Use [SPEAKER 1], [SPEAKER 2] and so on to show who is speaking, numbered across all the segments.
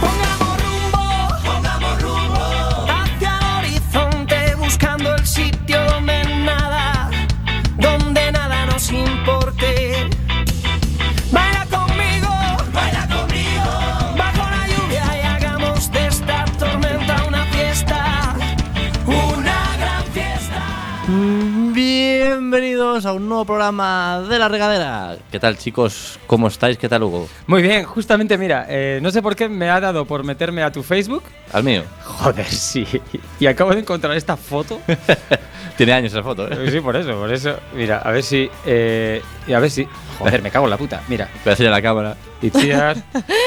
[SPEAKER 1] Pongamos rumbo, pongamos rumbo hacia el horizonte buscando el sitio donde nada, donde nada nos importe. Baila conmigo, baila conmigo bajo la lluvia y hagamos de esta tormenta una fiesta, una gran fiesta.
[SPEAKER 2] Bienvenidos a un nuevo programa de La Regadera. ¿Qué tal, chicos? ¿Cómo estáis? ¿Qué tal, Hugo?
[SPEAKER 3] Muy bien, justamente mira, eh, no sé por qué me ha dado por meterme a tu Facebook.
[SPEAKER 2] Al mío.
[SPEAKER 3] Joder, sí. Y acabo de encontrar esta foto.
[SPEAKER 2] Tiene años esa foto, ¿eh?
[SPEAKER 3] Eh, sí, por eso, por eso. Mira, a ver si. eh, y a ver si. Joder, me cago en la puta. Mira.
[SPEAKER 2] Voy a enseñar la cámara.
[SPEAKER 3] Itziar.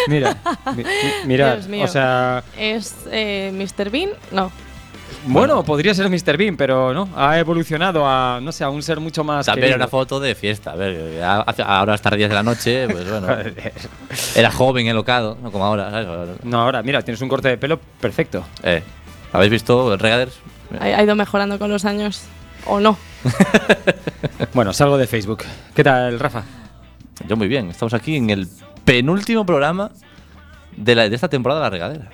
[SPEAKER 3] Mira. mi- mi- mirad.
[SPEAKER 4] Dios mío.
[SPEAKER 3] O sea.
[SPEAKER 4] ¿Es eh, Mr. Bean? No.
[SPEAKER 3] Bueno, podría ser Mr. Bean, pero no. Ha evolucionado a, no sé, a un ser mucho más.
[SPEAKER 2] También era
[SPEAKER 3] querido.
[SPEAKER 2] una fofoto de fiesta. A ver, a- hace- ahora las tardías de la noche, pues bueno. era joven, elocado, no como ahora, ¿sabes?
[SPEAKER 3] No, ahora, mira, tienes un corte de pelo perfecto.
[SPEAKER 2] Eh, ¿Habéis visto el Regaders?
[SPEAKER 4] Ha, ha ido mejorando con los años. ¿O no?
[SPEAKER 3] Bueno, salgo de Facebook. ¿Qué tal, Rafa?
[SPEAKER 2] Yo muy bien. Estamos aquí en el penúltimo programa de, la- de esta temporada de La Regadera.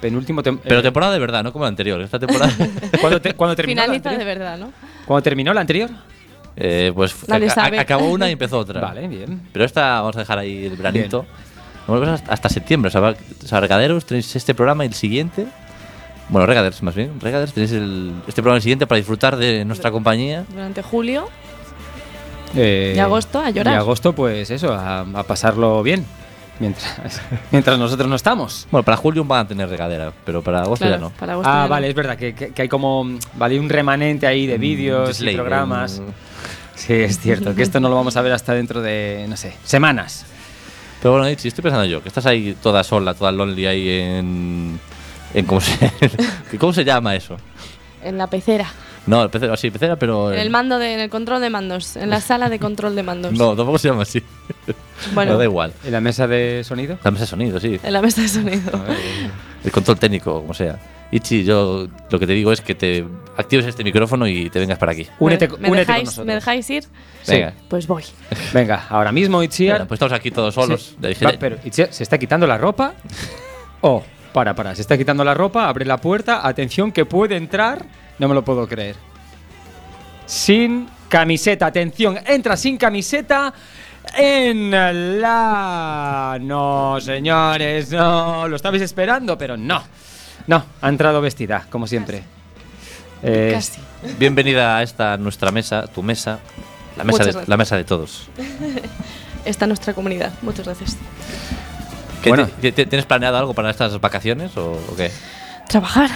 [SPEAKER 3] Penúltimo tem-
[SPEAKER 2] Pero
[SPEAKER 3] eh,
[SPEAKER 2] temporada de verdad, no como la anterior. Esta temporada,
[SPEAKER 3] ¿Cuándo, te- cuándo terminó la
[SPEAKER 4] Finaliza de
[SPEAKER 3] anterior?
[SPEAKER 4] verdad, ¿no?
[SPEAKER 3] ¿Cuándo terminó la anterior?
[SPEAKER 2] eh, pues
[SPEAKER 4] Nadie
[SPEAKER 2] a- a-
[SPEAKER 4] sabe.
[SPEAKER 2] acabó una y empezó otra.
[SPEAKER 3] Vale, bien.
[SPEAKER 2] Pero esta vamos a dejar ahí el veranito. No volvemos hasta, hasta septiembre. O sea, va- o sea, Regaderos, tenéis este programa y el siguiente. Bueno, Regaders más bien. Regaders, tenéis el- este programa y el siguiente para disfrutar de nuestra compañía.
[SPEAKER 4] Durante julio.
[SPEAKER 3] Eh,
[SPEAKER 4] Y agosto, a llorar.
[SPEAKER 3] Y agosto, pues eso, a, a pasarlo bien. Mientras, mientras nosotros no estamos.
[SPEAKER 2] Bueno, para julio van a tener regadera, pero para agosto
[SPEAKER 4] Claro,
[SPEAKER 2] ya no.
[SPEAKER 4] para agosto
[SPEAKER 3] Ah,
[SPEAKER 4] ya no.
[SPEAKER 3] vale, es verdad que, que- que hay como mm, vale un remanente ahí de vídeos
[SPEAKER 2] Slade,
[SPEAKER 3] y programas.
[SPEAKER 2] mm.
[SPEAKER 3] Sí, es cierto, que esto no lo vamos a ver hasta dentro de, no sé, semanas.
[SPEAKER 2] Pero bueno, Itzi, estoy pensando yo, que estás ahí toda sola, toda lonely ahí en. en ¿Cómo se, que ¿cómo se llama eso?
[SPEAKER 4] En la pecera.
[SPEAKER 2] No, el pecera, sí, pecera, pero.
[SPEAKER 4] En el mando de, en el control de mandos. En la sala de control de mandos.
[SPEAKER 2] No, tampoco se llama así.
[SPEAKER 4] Bueno,
[SPEAKER 2] Pero da igual.
[SPEAKER 3] ¿En la mesa de sonido?
[SPEAKER 2] La mesa de sonido, sí.
[SPEAKER 4] en la mesa de sonido.
[SPEAKER 2] El control técnico, como sea. Ichi, yo lo que te digo es que te actives este micrófono y te vengas para aquí.
[SPEAKER 3] Únete,
[SPEAKER 4] ¿Me,
[SPEAKER 3] únete con
[SPEAKER 4] dejáis,
[SPEAKER 3] nosotros.
[SPEAKER 4] ¿Me dejáis ir?
[SPEAKER 3] Sí.
[SPEAKER 2] Venga.
[SPEAKER 4] Pues voy.
[SPEAKER 3] Venga, ahora mismo, Itziar.
[SPEAKER 2] Bueno, pues estamos aquí todos solos.
[SPEAKER 3] Sí.
[SPEAKER 2] Le dije,
[SPEAKER 3] Va, pero, Itziar, ¿se está quitando la ropa? Oh, para, para, se está quitando la ropa, abre la puerta, atención que puede entrar, no me lo puedo creer. Sin camiseta, atención, entra sin camiseta en la... No, señores, no, lo estabais esperando, pero no. No, ha entrado vestida, como siempre. Eh,
[SPEAKER 4] Casi.
[SPEAKER 2] Bienvenida a esta nuestra mesa, tu mesa, la mesa,
[SPEAKER 4] Muchas
[SPEAKER 2] de,
[SPEAKER 4] gracias.
[SPEAKER 2] la mesa de todos.
[SPEAKER 4] Está nuestra comunidad. Muchas gracias.
[SPEAKER 2] ¿Qué,
[SPEAKER 3] Bueno.
[SPEAKER 2] te- te- ¿Tienes planeado algo para estas vacaciones o, o qué?
[SPEAKER 4] Trabajar.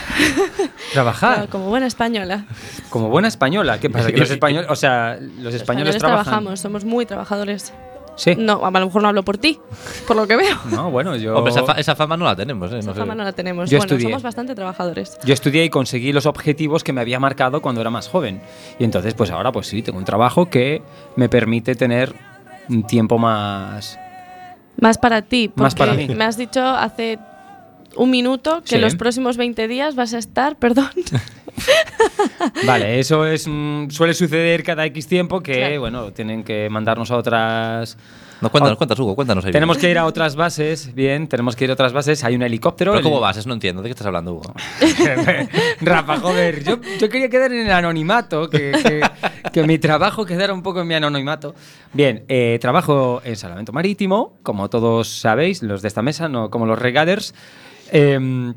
[SPEAKER 3] Trabajar,
[SPEAKER 4] Como buena española.
[SPEAKER 3] como buena española. ¿Qué pasa? Que los españoles, o sea, los españoles, trabajan.
[SPEAKER 4] trabajamos. Somos muy trabajadores.
[SPEAKER 3] Sí.
[SPEAKER 4] No, a lo mejor no hablo por ti, por lo que veo.
[SPEAKER 3] No, bueno, yo.
[SPEAKER 2] Hombre, esa, fa- esa fama no la tenemos, ¿eh?
[SPEAKER 4] Esa
[SPEAKER 2] No sé.
[SPEAKER 4] fama no la tenemos.
[SPEAKER 3] Yo
[SPEAKER 4] bueno,
[SPEAKER 3] estudié.
[SPEAKER 4] somos bastante trabajadores.
[SPEAKER 3] Yo estudié y conseguí los objetivos que me había marcado cuando era más joven. Y entonces, pues ahora, pues sí, tengo un trabajo que me permite tener un tiempo más...
[SPEAKER 4] Más para ti, porque
[SPEAKER 3] Más para mí.
[SPEAKER 4] me has dicho hace un minuto que
[SPEAKER 3] Sí.
[SPEAKER 4] los próximos 20 días vas a estar, perdón,
[SPEAKER 3] Vale, eso es mm, suele suceder cada X tiempo que,
[SPEAKER 4] Claro.
[SPEAKER 3] bueno, tienen que mandarnos a otras...
[SPEAKER 2] No, cuéntanos, cuéntanos, Hugo, cuéntanos. ahí
[SPEAKER 3] Oh. Tenemos
[SPEAKER 2] bien.
[SPEAKER 3] que ir a otras bases, bien, tenemos que ir a otras bases. Hay un helicóptero...
[SPEAKER 2] ¿Pero
[SPEAKER 3] el-
[SPEAKER 2] cómo vas? Eso no entiendo. ¿De qué estás hablando, Hugo?
[SPEAKER 3] Rafa, joder, yo, yo quería quedar en el anonimato, que, que- que mi trabajo quedara un poco en mi anonimato. Bien, eh, trabajo en Salvamento Marítimo, como todos sabéis, los de esta mesa, no como los regaders. Em,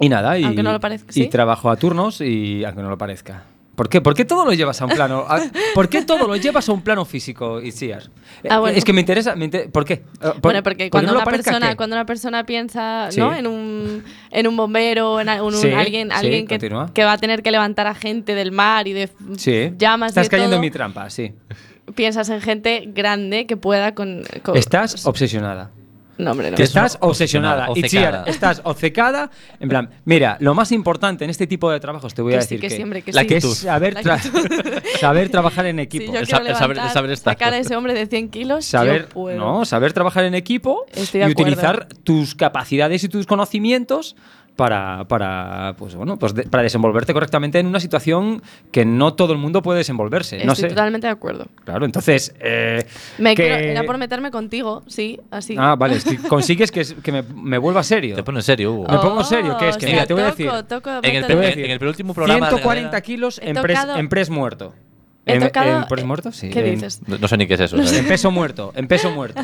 [SPEAKER 3] y nada, y,
[SPEAKER 4] Aunque no lo parezca,
[SPEAKER 3] y
[SPEAKER 4] sí.
[SPEAKER 3] trabajo a turnos y aunque no lo parezca. ¿Por qué? ¿Por qué todo lo llevas a un plano? a- ¿Por qué todo lo llevas a un plano físico, Itziar? Eh,
[SPEAKER 4] Ah, bueno.
[SPEAKER 3] Es que me interesa, me inter- ¿por qué? Eh, por-
[SPEAKER 4] bueno, porque
[SPEAKER 3] ¿por qué
[SPEAKER 4] cuando
[SPEAKER 3] no lo
[SPEAKER 4] una
[SPEAKER 3] parezca,
[SPEAKER 4] persona,
[SPEAKER 3] qué?
[SPEAKER 4] cuando una persona piensa,
[SPEAKER 3] Sí.
[SPEAKER 4] ¿no? En un en un bombero, en a- un-
[SPEAKER 3] Sí,
[SPEAKER 4] alguien,
[SPEAKER 3] sí,
[SPEAKER 4] alguien que,
[SPEAKER 3] continúa.
[SPEAKER 4] que va a tener que levantar a gente del mar y de f-
[SPEAKER 3] Sí.
[SPEAKER 4] llamas y
[SPEAKER 3] Estás
[SPEAKER 4] de
[SPEAKER 3] cayendo
[SPEAKER 4] todo,
[SPEAKER 3] en mi trampa, sí.
[SPEAKER 4] piensas en gente grande que pueda con, con-
[SPEAKER 3] Estás obsesionada.
[SPEAKER 4] No, hombre, no.
[SPEAKER 2] Que es
[SPEAKER 3] Estás
[SPEAKER 2] una
[SPEAKER 3] obsesionada.
[SPEAKER 2] obcecada.
[SPEAKER 3] Itziar, estás obcecada. En plan, mira, lo más importante en este tipo de trabajos, te voy a
[SPEAKER 4] Que sí,
[SPEAKER 3] decir
[SPEAKER 4] que sí, hombre, que
[SPEAKER 2] la
[SPEAKER 4] sí.
[SPEAKER 2] que
[SPEAKER 3] es
[SPEAKER 2] actitud.
[SPEAKER 3] saber,
[SPEAKER 4] La
[SPEAKER 3] tra-
[SPEAKER 4] actitud.
[SPEAKER 3] saber trabajar en
[SPEAKER 4] Sí,
[SPEAKER 3] equipo.
[SPEAKER 4] yo
[SPEAKER 2] El
[SPEAKER 4] quiero
[SPEAKER 2] sa- el saber- el
[SPEAKER 4] levantar,
[SPEAKER 2] saber estar.
[SPEAKER 4] sacar a ese hombre de 100 kilos.
[SPEAKER 3] saber,
[SPEAKER 4] yo puedo.
[SPEAKER 3] no, saber trabajar en equipo
[SPEAKER 4] Estoy
[SPEAKER 3] y
[SPEAKER 4] de acuerdo.
[SPEAKER 3] utilizar tus capacidades y tus conocimientos para, para, pues, bueno, pues de- para desenvolverte correctamente en una situación que no todo el mundo puede desenvolverse.
[SPEAKER 4] Estoy
[SPEAKER 3] no sé.
[SPEAKER 4] totalmente de acuerdo.
[SPEAKER 3] Claro, entonces. eh,
[SPEAKER 4] Me
[SPEAKER 3] que-
[SPEAKER 4] quiero- era por meterme contigo, sí, así.
[SPEAKER 3] Ah, vale, si consigues que, que me, me vuelva serio.
[SPEAKER 2] Te pones serio, Hugo.
[SPEAKER 3] Me pongo serio, que es que,
[SPEAKER 4] Oh, o sea,
[SPEAKER 3] mira, te voy a
[SPEAKER 4] toco,
[SPEAKER 3] decir-
[SPEAKER 4] toco,
[SPEAKER 2] en, el,
[SPEAKER 4] meto-
[SPEAKER 3] te voy a
[SPEAKER 2] en-
[SPEAKER 3] decir,
[SPEAKER 2] en el penúltimo programa. de
[SPEAKER 3] 140
[SPEAKER 2] Adriana-
[SPEAKER 3] kilos
[SPEAKER 4] He
[SPEAKER 3] en pres,
[SPEAKER 4] tocado-
[SPEAKER 3] en pres muerto.
[SPEAKER 4] He
[SPEAKER 3] en,
[SPEAKER 4] tocado-
[SPEAKER 3] en pres muerto? Sí.
[SPEAKER 4] ¿Qué
[SPEAKER 3] en-
[SPEAKER 4] dices?
[SPEAKER 2] No, no sé ni qué es eso.
[SPEAKER 3] En,
[SPEAKER 2] ¿sabes?
[SPEAKER 3] peso muerto, en peso muerto.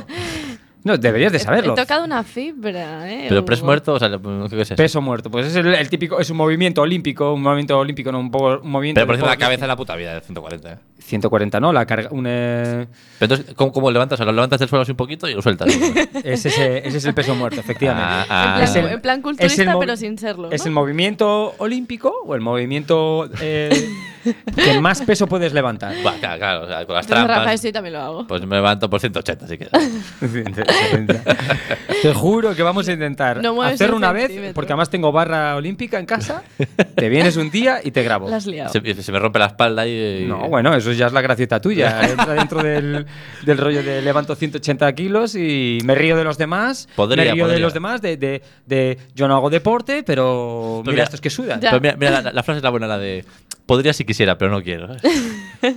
[SPEAKER 3] No, deberías de saberlo.
[SPEAKER 4] He tocado una fibra, ¿eh?
[SPEAKER 2] Pero pres
[SPEAKER 4] Hugo.
[SPEAKER 2] muerto, o sea, lo- ¿qué es eso?
[SPEAKER 3] Peso muerto, pues es el, el típico, es un movimiento olímpico, un movimiento olímpico, no un, poco, un movimiento.
[SPEAKER 2] Pero por
[SPEAKER 3] de
[SPEAKER 2] encima de la
[SPEAKER 3] powerlifting.
[SPEAKER 2] cabeza de la puta vida, de 140. ¿eh?
[SPEAKER 3] 140, ¿no? La carga, un, eh,
[SPEAKER 2] Pero entonces, ¿cómo, cómo levantas? O sea, lo levantas del suelo así un poquito y lo sueltas.
[SPEAKER 3] es ese, ese es el peso muerto, efectivamente.
[SPEAKER 2] Ah, ah.
[SPEAKER 4] En plan-
[SPEAKER 3] Es el-
[SPEAKER 4] en plan
[SPEAKER 3] es el
[SPEAKER 4] culturista,
[SPEAKER 3] movi-
[SPEAKER 4] pero sin serlo,
[SPEAKER 3] Es
[SPEAKER 4] ¿no?
[SPEAKER 3] el movimiento olímpico o el movimiento eh, que más peso puedes levantar.
[SPEAKER 2] Buah, claro, claro, o sea, con las
[SPEAKER 4] Entonces, Rafa,
[SPEAKER 2] trampas.
[SPEAKER 4] eso yo también lo hago.
[SPEAKER 2] Pues me levanto por 180, así que.
[SPEAKER 3] Te juro que vamos a intentar
[SPEAKER 4] No mueves
[SPEAKER 3] hacerlo
[SPEAKER 4] un
[SPEAKER 3] una vez,
[SPEAKER 4] centímetro.
[SPEAKER 3] porque además tengo barra olímpica en casa. Te vienes un día y te grabo.
[SPEAKER 4] Las has liado.
[SPEAKER 2] Pues, Se, se me rompe la espalda eh, y.
[SPEAKER 3] No, bueno, eso ya es la gracieta tuya. Entra dentro del, del rollo de levanto 180 kilos y me río de los demás.
[SPEAKER 2] Podría,
[SPEAKER 3] me río de
[SPEAKER 2] podría.
[SPEAKER 3] los demás, de, de- de yo no hago deporte, pero
[SPEAKER 2] Pues
[SPEAKER 3] mira,
[SPEAKER 2] mira,
[SPEAKER 3] estos que sudan.
[SPEAKER 4] Ya.
[SPEAKER 2] Pero mira, mira, la, la frase es la buena, la de. Podría si quisiera, pero no quiero.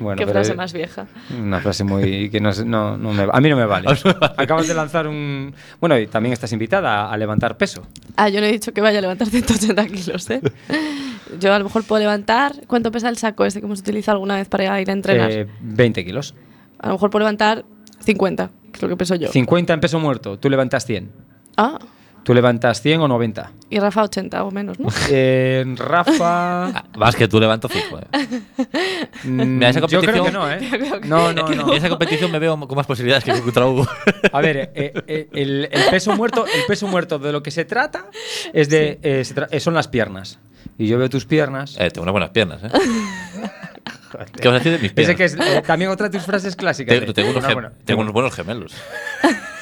[SPEAKER 3] Bueno,
[SPEAKER 4] Qué
[SPEAKER 3] pero-
[SPEAKER 4] frase más vieja.
[SPEAKER 3] Una frase muy. que no, es- no- no me- a mí no me vale. Acabas de lanzar un. Bueno, y también estás invitada a, a levantar peso.
[SPEAKER 4] Ah, yo no he dicho que vaya a levantar 180 kilos, ¿eh? Yo a lo mejor puedo levantar. ¿Cuánto pesa el saco este que hemos utilizado alguna vez para ir a entrenar?
[SPEAKER 3] Eh, 20 kilos.
[SPEAKER 4] A lo mejor puedo levantar 50, que es lo que peso yo.
[SPEAKER 3] 50 en peso muerto, tú levantas 100.
[SPEAKER 4] Ah,
[SPEAKER 3] Tú levantas 100 o 90.
[SPEAKER 4] y Rafa 80 o menos, ¿no?
[SPEAKER 3] Eh, Rafa.
[SPEAKER 2] Ah, Más que tú levanto fijo. ¿eh?
[SPEAKER 3] mm,
[SPEAKER 2] Mira, esa
[SPEAKER 3] yo creo
[SPEAKER 2] competición-
[SPEAKER 3] que no, ¿eh? No, no, no.
[SPEAKER 2] En esa competición me veo con más posibilidades que contra Hugo.
[SPEAKER 3] A ver, eh, eh, el, el peso muerto, el peso muerto de lo que se trata es de eh, se tra- eh, son las piernas. Y yo veo tus piernas.
[SPEAKER 2] Eh, tengo unas buenas piernas, ¿eh? ¿Qué vas a decir de mis
[SPEAKER 3] Ese
[SPEAKER 2] piernas?
[SPEAKER 3] que es eh, también otra de tus frases clásicas.
[SPEAKER 2] tengo,
[SPEAKER 3] de-
[SPEAKER 2] tengo unos
[SPEAKER 3] No,
[SPEAKER 2] gem-
[SPEAKER 3] bueno,
[SPEAKER 2] tengo unos buenos gemelos.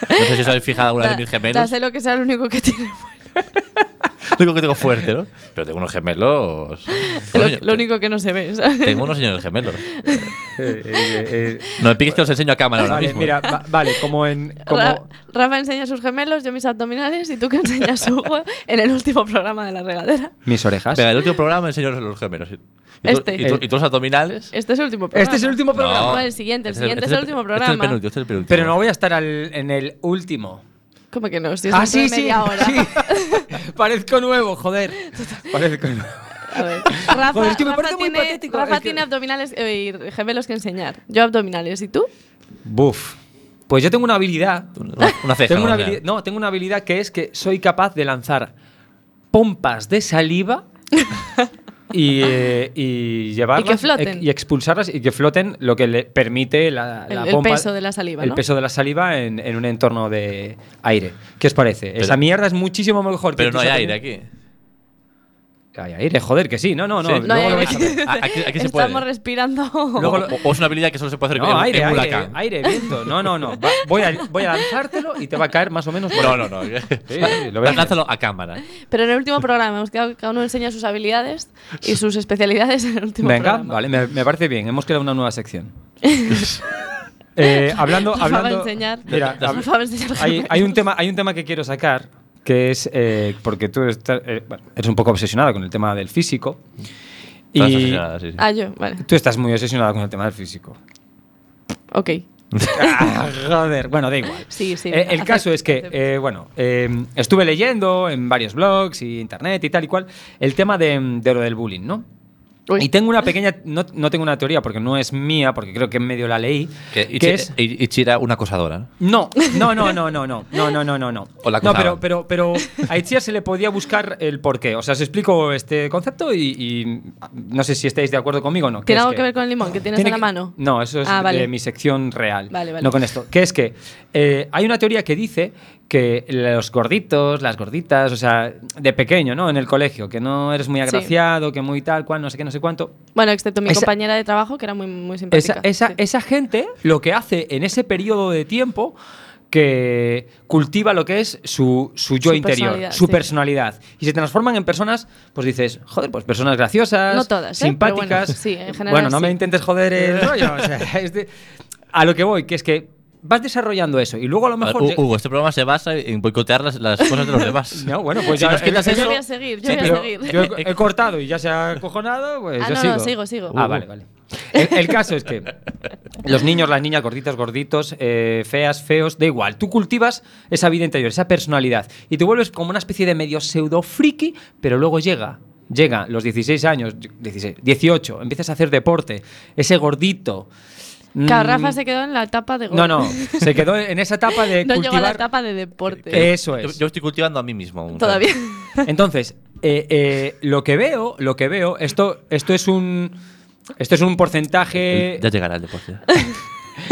[SPEAKER 2] No sé si os habéis fijado alguna de mis gemelos.
[SPEAKER 4] sé lo que sea el único que tiene.
[SPEAKER 2] Lo único que tengo fuerte, ¿no? Pero tengo unos gemelos.
[SPEAKER 4] Lo,
[SPEAKER 2] Coño,
[SPEAKER 4] lo único que no se ve, ¿sabes?
[SPEAKER 2] Tengo unos señores gemelos.
[SPEAKER 3] eh, eh, eh,
[SPEAKER 2] No me piques que os enseño a cámara ahora
[SPEAKER 3] Vale,
[SPEAKER 2] mismo.
[SPEAKER 3] mira, va- vale, como en
[SPEAKER 4] Ra-
[SPEAKER 3] como,
[SPEAKER 4] Rafa enseña sus gemelos, yo mis abdominales y tú que enseñas su ojo en el último programa de la regadera.
[SPEAKER 3] mis orejas.
[SPEAKER 2] ¿eh? Venga, el último programa enseño los gemelos. Y, tú-
[SPEAKER 4] Este.
[SPEAKER 2] y, tú- y todos los abdominales.
[SPEAKER 4] Este es el último programa.
[SPEAKER 3] Este es el último programa.
[SPEAKER 4] el siguiente, el
[SPEAKER 2] Este
[SPEAKER 4] siguiente es el último
[SPEAKER 2] Este es el
[SPEAKER 4] programa.
[SPEAKER 2] penúltimo, este es el penúltimo.
[SPEAKER 3] Pero no voy a estar al- en el último.
[SPEAKER 4] ¿Cómo que no? Si es
[SPEAKER 3] Ah,
[SPEAKER 4] dentro de
[SPEAKER 3] sí, sí.
[SPEAKER 4] media hora.
[SPEAKER 3] sí. Parezco nuevo, joder. Parezco nuevo.
[SPEAKER 4] A ver, Rafa,
[SPEAKER 3] Joder, es que me
[SPEAKER 4] Rafa
[SPEAKER 3] parece muy
[SPEAKER 4] tiene,
[SPEAKER 3] patético,
[SPEAKER 4] Rafa
[SPEAKER 3] es que-
[SPEAKER 4] tiene abdominales eh, y gemelos que enseñar. Yo abdominales. ¿Y tú?
[SPEAKER 3] Buf. Pues yo tengo una habilidad.
[SPEAKER 2] Una, una ceja.
[SPEAKER 3] Tengo una
[SPEAKER 2] o sea.
[SPEAKER 3] habilidad- no, tengo una habilidad que es que soy capaz de lanzar pompas de saliva y, eh, y llevarlas
[SPEAKER 4] Y que floten.
[SPEAKER 3] ex- y expulsarlas y que floten, lo que le permite la, la
[SPEAKER 4] El- el
[SPEAKER 3] pompa-
[SPEAKER 4] peso de la saliva,
[SPEAKER 3] El
[SPEAKER 4] ¿no?
[SPEAKER 3] peso de la saliva en, en un entorno de aire. ¿Qué os parece? Esa mierda es muchísimo mejor que
[SPEAKER 2] Pero
[SPEAKER 3] tú
[SPEAKER 2] no hay
[SPEAKER 3] sacar-
[SPEAKER 2] aire aquí.
[SPEAKER 3] Hay aire, joder, que sí. No, no, no.
[SPEAKER 2] Sí.
[SPEAKER 3] luego
[SPEAKER 2] No
[SPEAKER 4] hay
[SPEAKER 3] lo
[SPEAKER 4] aire.
[SPEAKER 3] vais a ver.
[SPEAKER 2] a ver. Aquí- aquí se puede.
[SPEAKER 4] eh, Estamos respirando.
[SPEAKER 3] Luego
[SPEAKER 2] O,
[SPEAKER 3] lo-
[SPEAKER 2] o- o es una habilidad que solo se puede hacer
[SPEAKER 3] No,
[SPEAKER 2] en,
[SPEAKER 3] aire,
[SPEAKER 2] en
[SPEAKER 3] aire,
[SPEAKER 2] huracán.
[SPEAKER 3] aire, viento. No, no, no. Va- voy, a, voy a lanzártelo y te va a caer más o menos. por
[SPEAKER 2] No,
[SPEAKER 3] ahí.
[SPEAKER 2] no, no.
[SPEAKER 3] Sí, sí, lo voy a hacer.
[SPEAKER 2] Lánzalo a cámara.
[SPEAKER 4] Pero en el último programa, hemos quedado que cada uno enseña sus habilidades y sus especialidades en el último
[SPEAKER 3] Venga,
[SPEAKER 4] programa.
[SPEAKER 3] vale, me, me parece bien. Hemos creado una nueva sección. Eh, hablando,
[SPEAKER 4] Rafa va a
[SPEAKER 3] hablando.
[SPEAKER 4] enseñar.
[SPEAKER 3] Mira,
[SPEAKER 4] Rafa
[SPEAKER 3] hab-
[SPEAKER 4] va a enseñar
[SPEAKER 3] hay,
[SPEAKER 4] gemelos.
[SPEAKER 3] hay un tema, hay un tema que quiero sacar que es eh, porque tú estás- eh, bueno, eres un poco obsesionada con el tema del físico
[SPEAKER 2] Todas esas
[SPEAKER 3] y
[SPEAKER 2] señaladas, sí, sí.
[SPEAKER 4] Ah, yo, vale.
[SPEAKER 3] tú estás muy obsesionada con el tema del físico.
[SPEAKER 4] Ok.
[SPEAKER 3] Ah, joder, bueno, da igual.
[SPEAKER 4] Sí, sí,
[SPEAKER 3] Eh,
[SPEAKER 4] venga,
[SPEAKER 3] el caso
[SPEAKER 4] acepto,
[SPEAKER 3] es que,
[SPEAKER 4] acepto.
[SPEAKER 3] eh, bueno, eh, estuve leyendo en varios blogs y internet y tal y cual el tema de, de lo del bullying, ¿no?
[SPEAKER 4] Uy.
[SPEAKER 3] Y tengo una pequeña, no, no tengo una teoría porque no es mía, porque creo que en medio la leí,
[SPEAKER 2] Que Ichi,
[SPEAKER 3] que es...
[SPEAKER 2] I- Ichi era una acosadora. ¿no?
[SPEAKER 3] No, no, no, no, no, no, no, no, no, no, no.
[SPEAKER 2] O la
[SPEAKER 3] no,
[SPEAKER 2] acusaban.
[SPEAKER 3] pero, pero, pero a Itziar se le podía buscar el porqué. O sea, os explico este concepto y, y no sé si estáis de acuerdo conmigo o no.
[SPEAKER 4] ¿Tiene
[SPEAKER 3] es
[SPEAKER 4] algo que ver con el limón que tienes
[SPEAKER 3] tiene
[SPEAKER 4] en la
[SPEAKER 3] que-
[SPEAKER 4] mano?
[SPEAKER 3] No, eso es
[SPEAKER 4] Ah, vale.
[SPEAKER 3] de mi sección real.
[SPEAKER 4] Vale, vale.
[SPEAKER 3] No con esto. Que es que eh, hay una teoría que dice que los gorditos, las gorditas, o sea, de pequeño, ¿no? En el colegio, que no eres muy agraciado, que muy tal, cual, no sé qué, no sé cuánto.
[SPEAKER 4] Bueno, excepto mi
[SPEAKER 3] Esa-
[SPEAKER 4] compañera de trabajo, que era muy, muy simpática.
[SPEAKER 3] Esa, esa,
[SPEAKER 4] Sí.
[SPEAKER 3] esa gente lo que hace en ese periodo de tiempo que cultiva lo que es su, su yo
[SPEAKER 4] Su
[SPEAKER 3] interior,
[SPEAKER 4] personalidad,
[SPEAKER 3] su
[SPEAKER 4] sí.
[SPEAKER 3] personalidad. Y se transforman en personas, pues dices, joder, pues personas graciosas,
[SPEAKER 4] No todas, ¿eh? Pero bueno,
[SPEAKER 3] simpáticas.
[SPEAKER 4] sí, en general
[SPEAKER 3] Bueno, no me
[SPEAKER 4] sí.
[SPEAKER 3] intentes joder el rollo. o sea, es de- a lo que voy, que es que vas desarrollando eso y luego a lo
[SPEAKER 2] A ver,
[SPEAKER 3] mejor.
[SPEAKER 2] Hu-
[SPEAKER 3] lleg-
[SPEAKER 2] Hugo, este programa se basa en boicotear las, las cosas de los demás.
[SPEAKER 3] No, bueno, pues
[SPEAKER 2] Si
[SPEAKER 3] ya
[SPEAKER 2] nos quitas
[SPEAKER 3] eh,
[SPEAKER 2] eso-
[SPEAKER 4] Yo voy a seguir, yo
[SPEAKER 3] Sí,
[SPEAKER 4] voy a
[SPEAKER 3] pero
[SPEAKER 4] seguir.
[SPEAKER 3] yo he, he cortado y ya se ha acojonado, pues
[SPEAKER 4] Ah,
[SPEAKER 3] yo
[SPEAKER 4] no,
[SPEAKER 3] sigo.
[SPEAKER 4] no, sigo, sigo.
[SPEAKER 3] Ah,
[SPEAKER 4] Uh.
[SPEAKER 3] vale, vale. El, el caso es que los niños, las niñas, gorditas, gorditos, eh, feas, feos, da igual. Tú cultivas esa vida interior, esa personalidad. Y te vuelves como una especie de medio pseudo friki, pero luego llega. Llega los 16 años, 16, 18, empiezas a hacer deporte, ese gordito. mm,
[SPEAKER 4] Claro, Rafa se quedó en la etapa de gol.
[SPEAKER 3] No, no, se quedó en esa etapa de
[SPEAKER 4] No llegó a la
[SPEAKER 3] cultivar. Eh,
[SPEAKER 4] etapa de deporte.
[SPEAKER 3] Eso
[SPEAKER 2] Yo,
[SPEAKER 3] es.
[SPEAKER 2] yo estoy cultivando a mí mismo. aún,
[SPEAKER 4] Todavía.
[SPEAKER 2] ¿sabes?
[SPEAKER 3] Entonces, eh, eh, lo que veo, lo que veo, esto, esto es un. Esto es un porcentaje.
[SPEAKER 2] Ya llegará el deporte.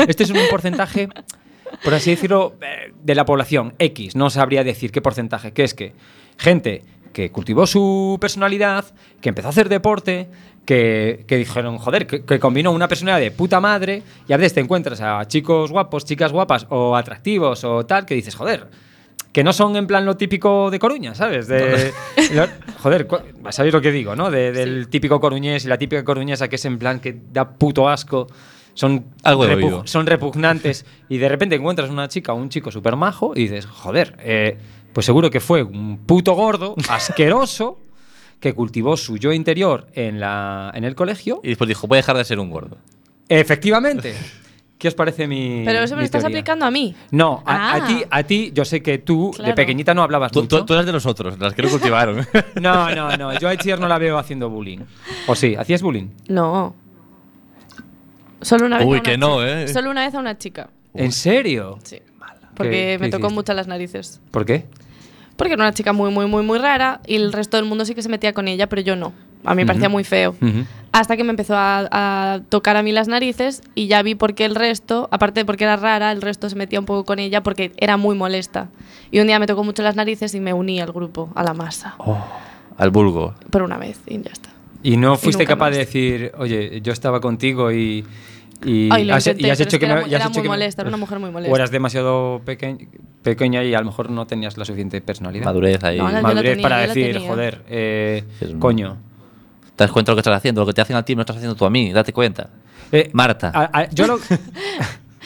[SPEAKER 3] Este es un porcentaje, por así decirlo, eh, de la población X. No sabría decir qué porcentaje. Que es que gente que cultivó su personalidad, que empezó a hacer deporte, que, que dijeron, joder, que, que combinó una personalidad de puta madre y a veces te encuentras a chicos guapos, chicas guapas o atractivos o tal, que dices, joder. Que no son en plan lo típico de Coruña, ¿sabes? De, lo- joder, cu- sabéis lo que digo, ¿no? De- del típico coruñés y la típica coruñesa que es en plan que da puto asco. Son
[SPEAKER 2] Algo he
[SPEAKER 3] repug-
[SPEAKER 2] oído.
[SPEAKER 3] son repugnantes y de repente encuentras una chica o un chico súper majo y dices, joder, eh, pues seguro que fue un puto gordo, asqueroso, que cultivó su yo interior en, la, en el colegio.
[SPEAKER 2] Y después dijo, voy a dejar de ser un gordo.
[SPEAKER 3] Efectivamente. ¿Qué os parece mi
[SPEAKER 4] Pero eso me
[SPEAKER 3] mi
[SPEAKER 4] lo estás
[SPEAKER 3] teoría?
[SPEAKER 4] aplicando a mí.
[SPEAKER 3] No, a, a
[SPEAKER 4] Ah.
[SPEAKER 3] ti, a ti, yo sé que tú de
[SPEAKER 4] Claro.
[SPEAKER 3] pequeñita no hablabas
[SPEAKER 2] Tú,
[SPEAKER 3] mucho.
[SPEAKER 2] tú- tú eras de los otros, las que lo cultivaron.
[SPEAKER 3] No, no, no, yo a Itziar no la veo haciendo bullying. ¿O sí? ¿Hacías bullying?
[SPEAKER 4] No. Solo una vez
[SPEAKER 2] Uy,
[SPEAKER 4] a una
[SPEAKER 2] que no,
[SPEAKER 4] chica.
[SPEAKER 2] ¿eh?
[SPEAKER 4] Solo una vez a una chica.
[SPEAKER 3] ¿En serio?
[SPEAKER 4] Sí.
[SPEAKER 3] ¿Qué-
[SPEAKER 4] Porque me
[SPEAKER 3] qué
[SPEAKER 4] tocó
[SPEAKER 3] hiciste?
[SPEAKER 4] mucho las narices.
[SPEAKER 3] ¿Por qué?
[SPEAKER 4] Porque era una chica muy, muy, muy, muy rara y el resto del mundo sí que se metía con ella, pero yo no. A mí me parecía muy feo.
[SPEAKER 3] Ujú.
[SPEAKER 4] Hasta que me empezó a, a tocar a mí las narices y ya vi por qué el resto, aparte de porque era rara, el resto se metía un poco con ella porque era muy molesta. Y un día me tocó mucho las narices y me uní al grupo, a la masa.
[SPEAKER 3] Oh.
[SPEAKER 2] Al vulgo.
[SPEAKER 4] Por una vez y ya está.
[SPEAKER 3] Y no fuiste
[SPEAKER 4] nunca
[SPEAKER 3] capaz de
[SPEAKER 4] más.
[SPEAKER 3] decir, oye, yo estaba contigo y. Y
[SPEAKER 4] Ay, lo
[SPEAKER 3] has,
[SPEAKER 4] intenté,
[SPEAKER 3] y has
[SPEAKER 4] pero
[SPEAKER 3] hecho
[SPEAKER 4] es que
[SPEAKER 3] que
[SPEAKER 4] era
[SPEAKER 3] me-
[SPEAKER 4] muy-
[SPEAKER 3] y has
[SPEAKER 4] era
[SPEAKER 3] hecho
[SPEAKER 4] muy
[SPEAKER 3] que me-
[SPEAKER 4] molesta, era una mujer muy
[SPEAKER 3] O
[SPEAKER 4] molesta.
[SPEAKER 3] eras demasiado peque- pequeña y a lo mejor no tenías la suficiente personalidad.
[SPEAKER 2] Madurez ahí.
[SPEAKER 4] No, la- yo
[SPEAKER 3] Madurez
[SPEAKER 4] tenía,
[SPEAKER 3] para
[SPEAKER 4] yo la
[SPEAKER 3] decir,
[SPEAKER 4] tenía.
[SPEAKER 3] joder, eh,
[SPEAKER 2] Es un-
[SPEAKER 3] coño.
[SPEAKER 2] Te das cuenta de lo que estás haciendo. Lo que te hacen a ti no estás haciendo tú a mí. Date cuenta.
[SPEAKER 3] Eh,
[SPEAKER 2] Marta.
[SPEAKER 3] a- a- yo lo-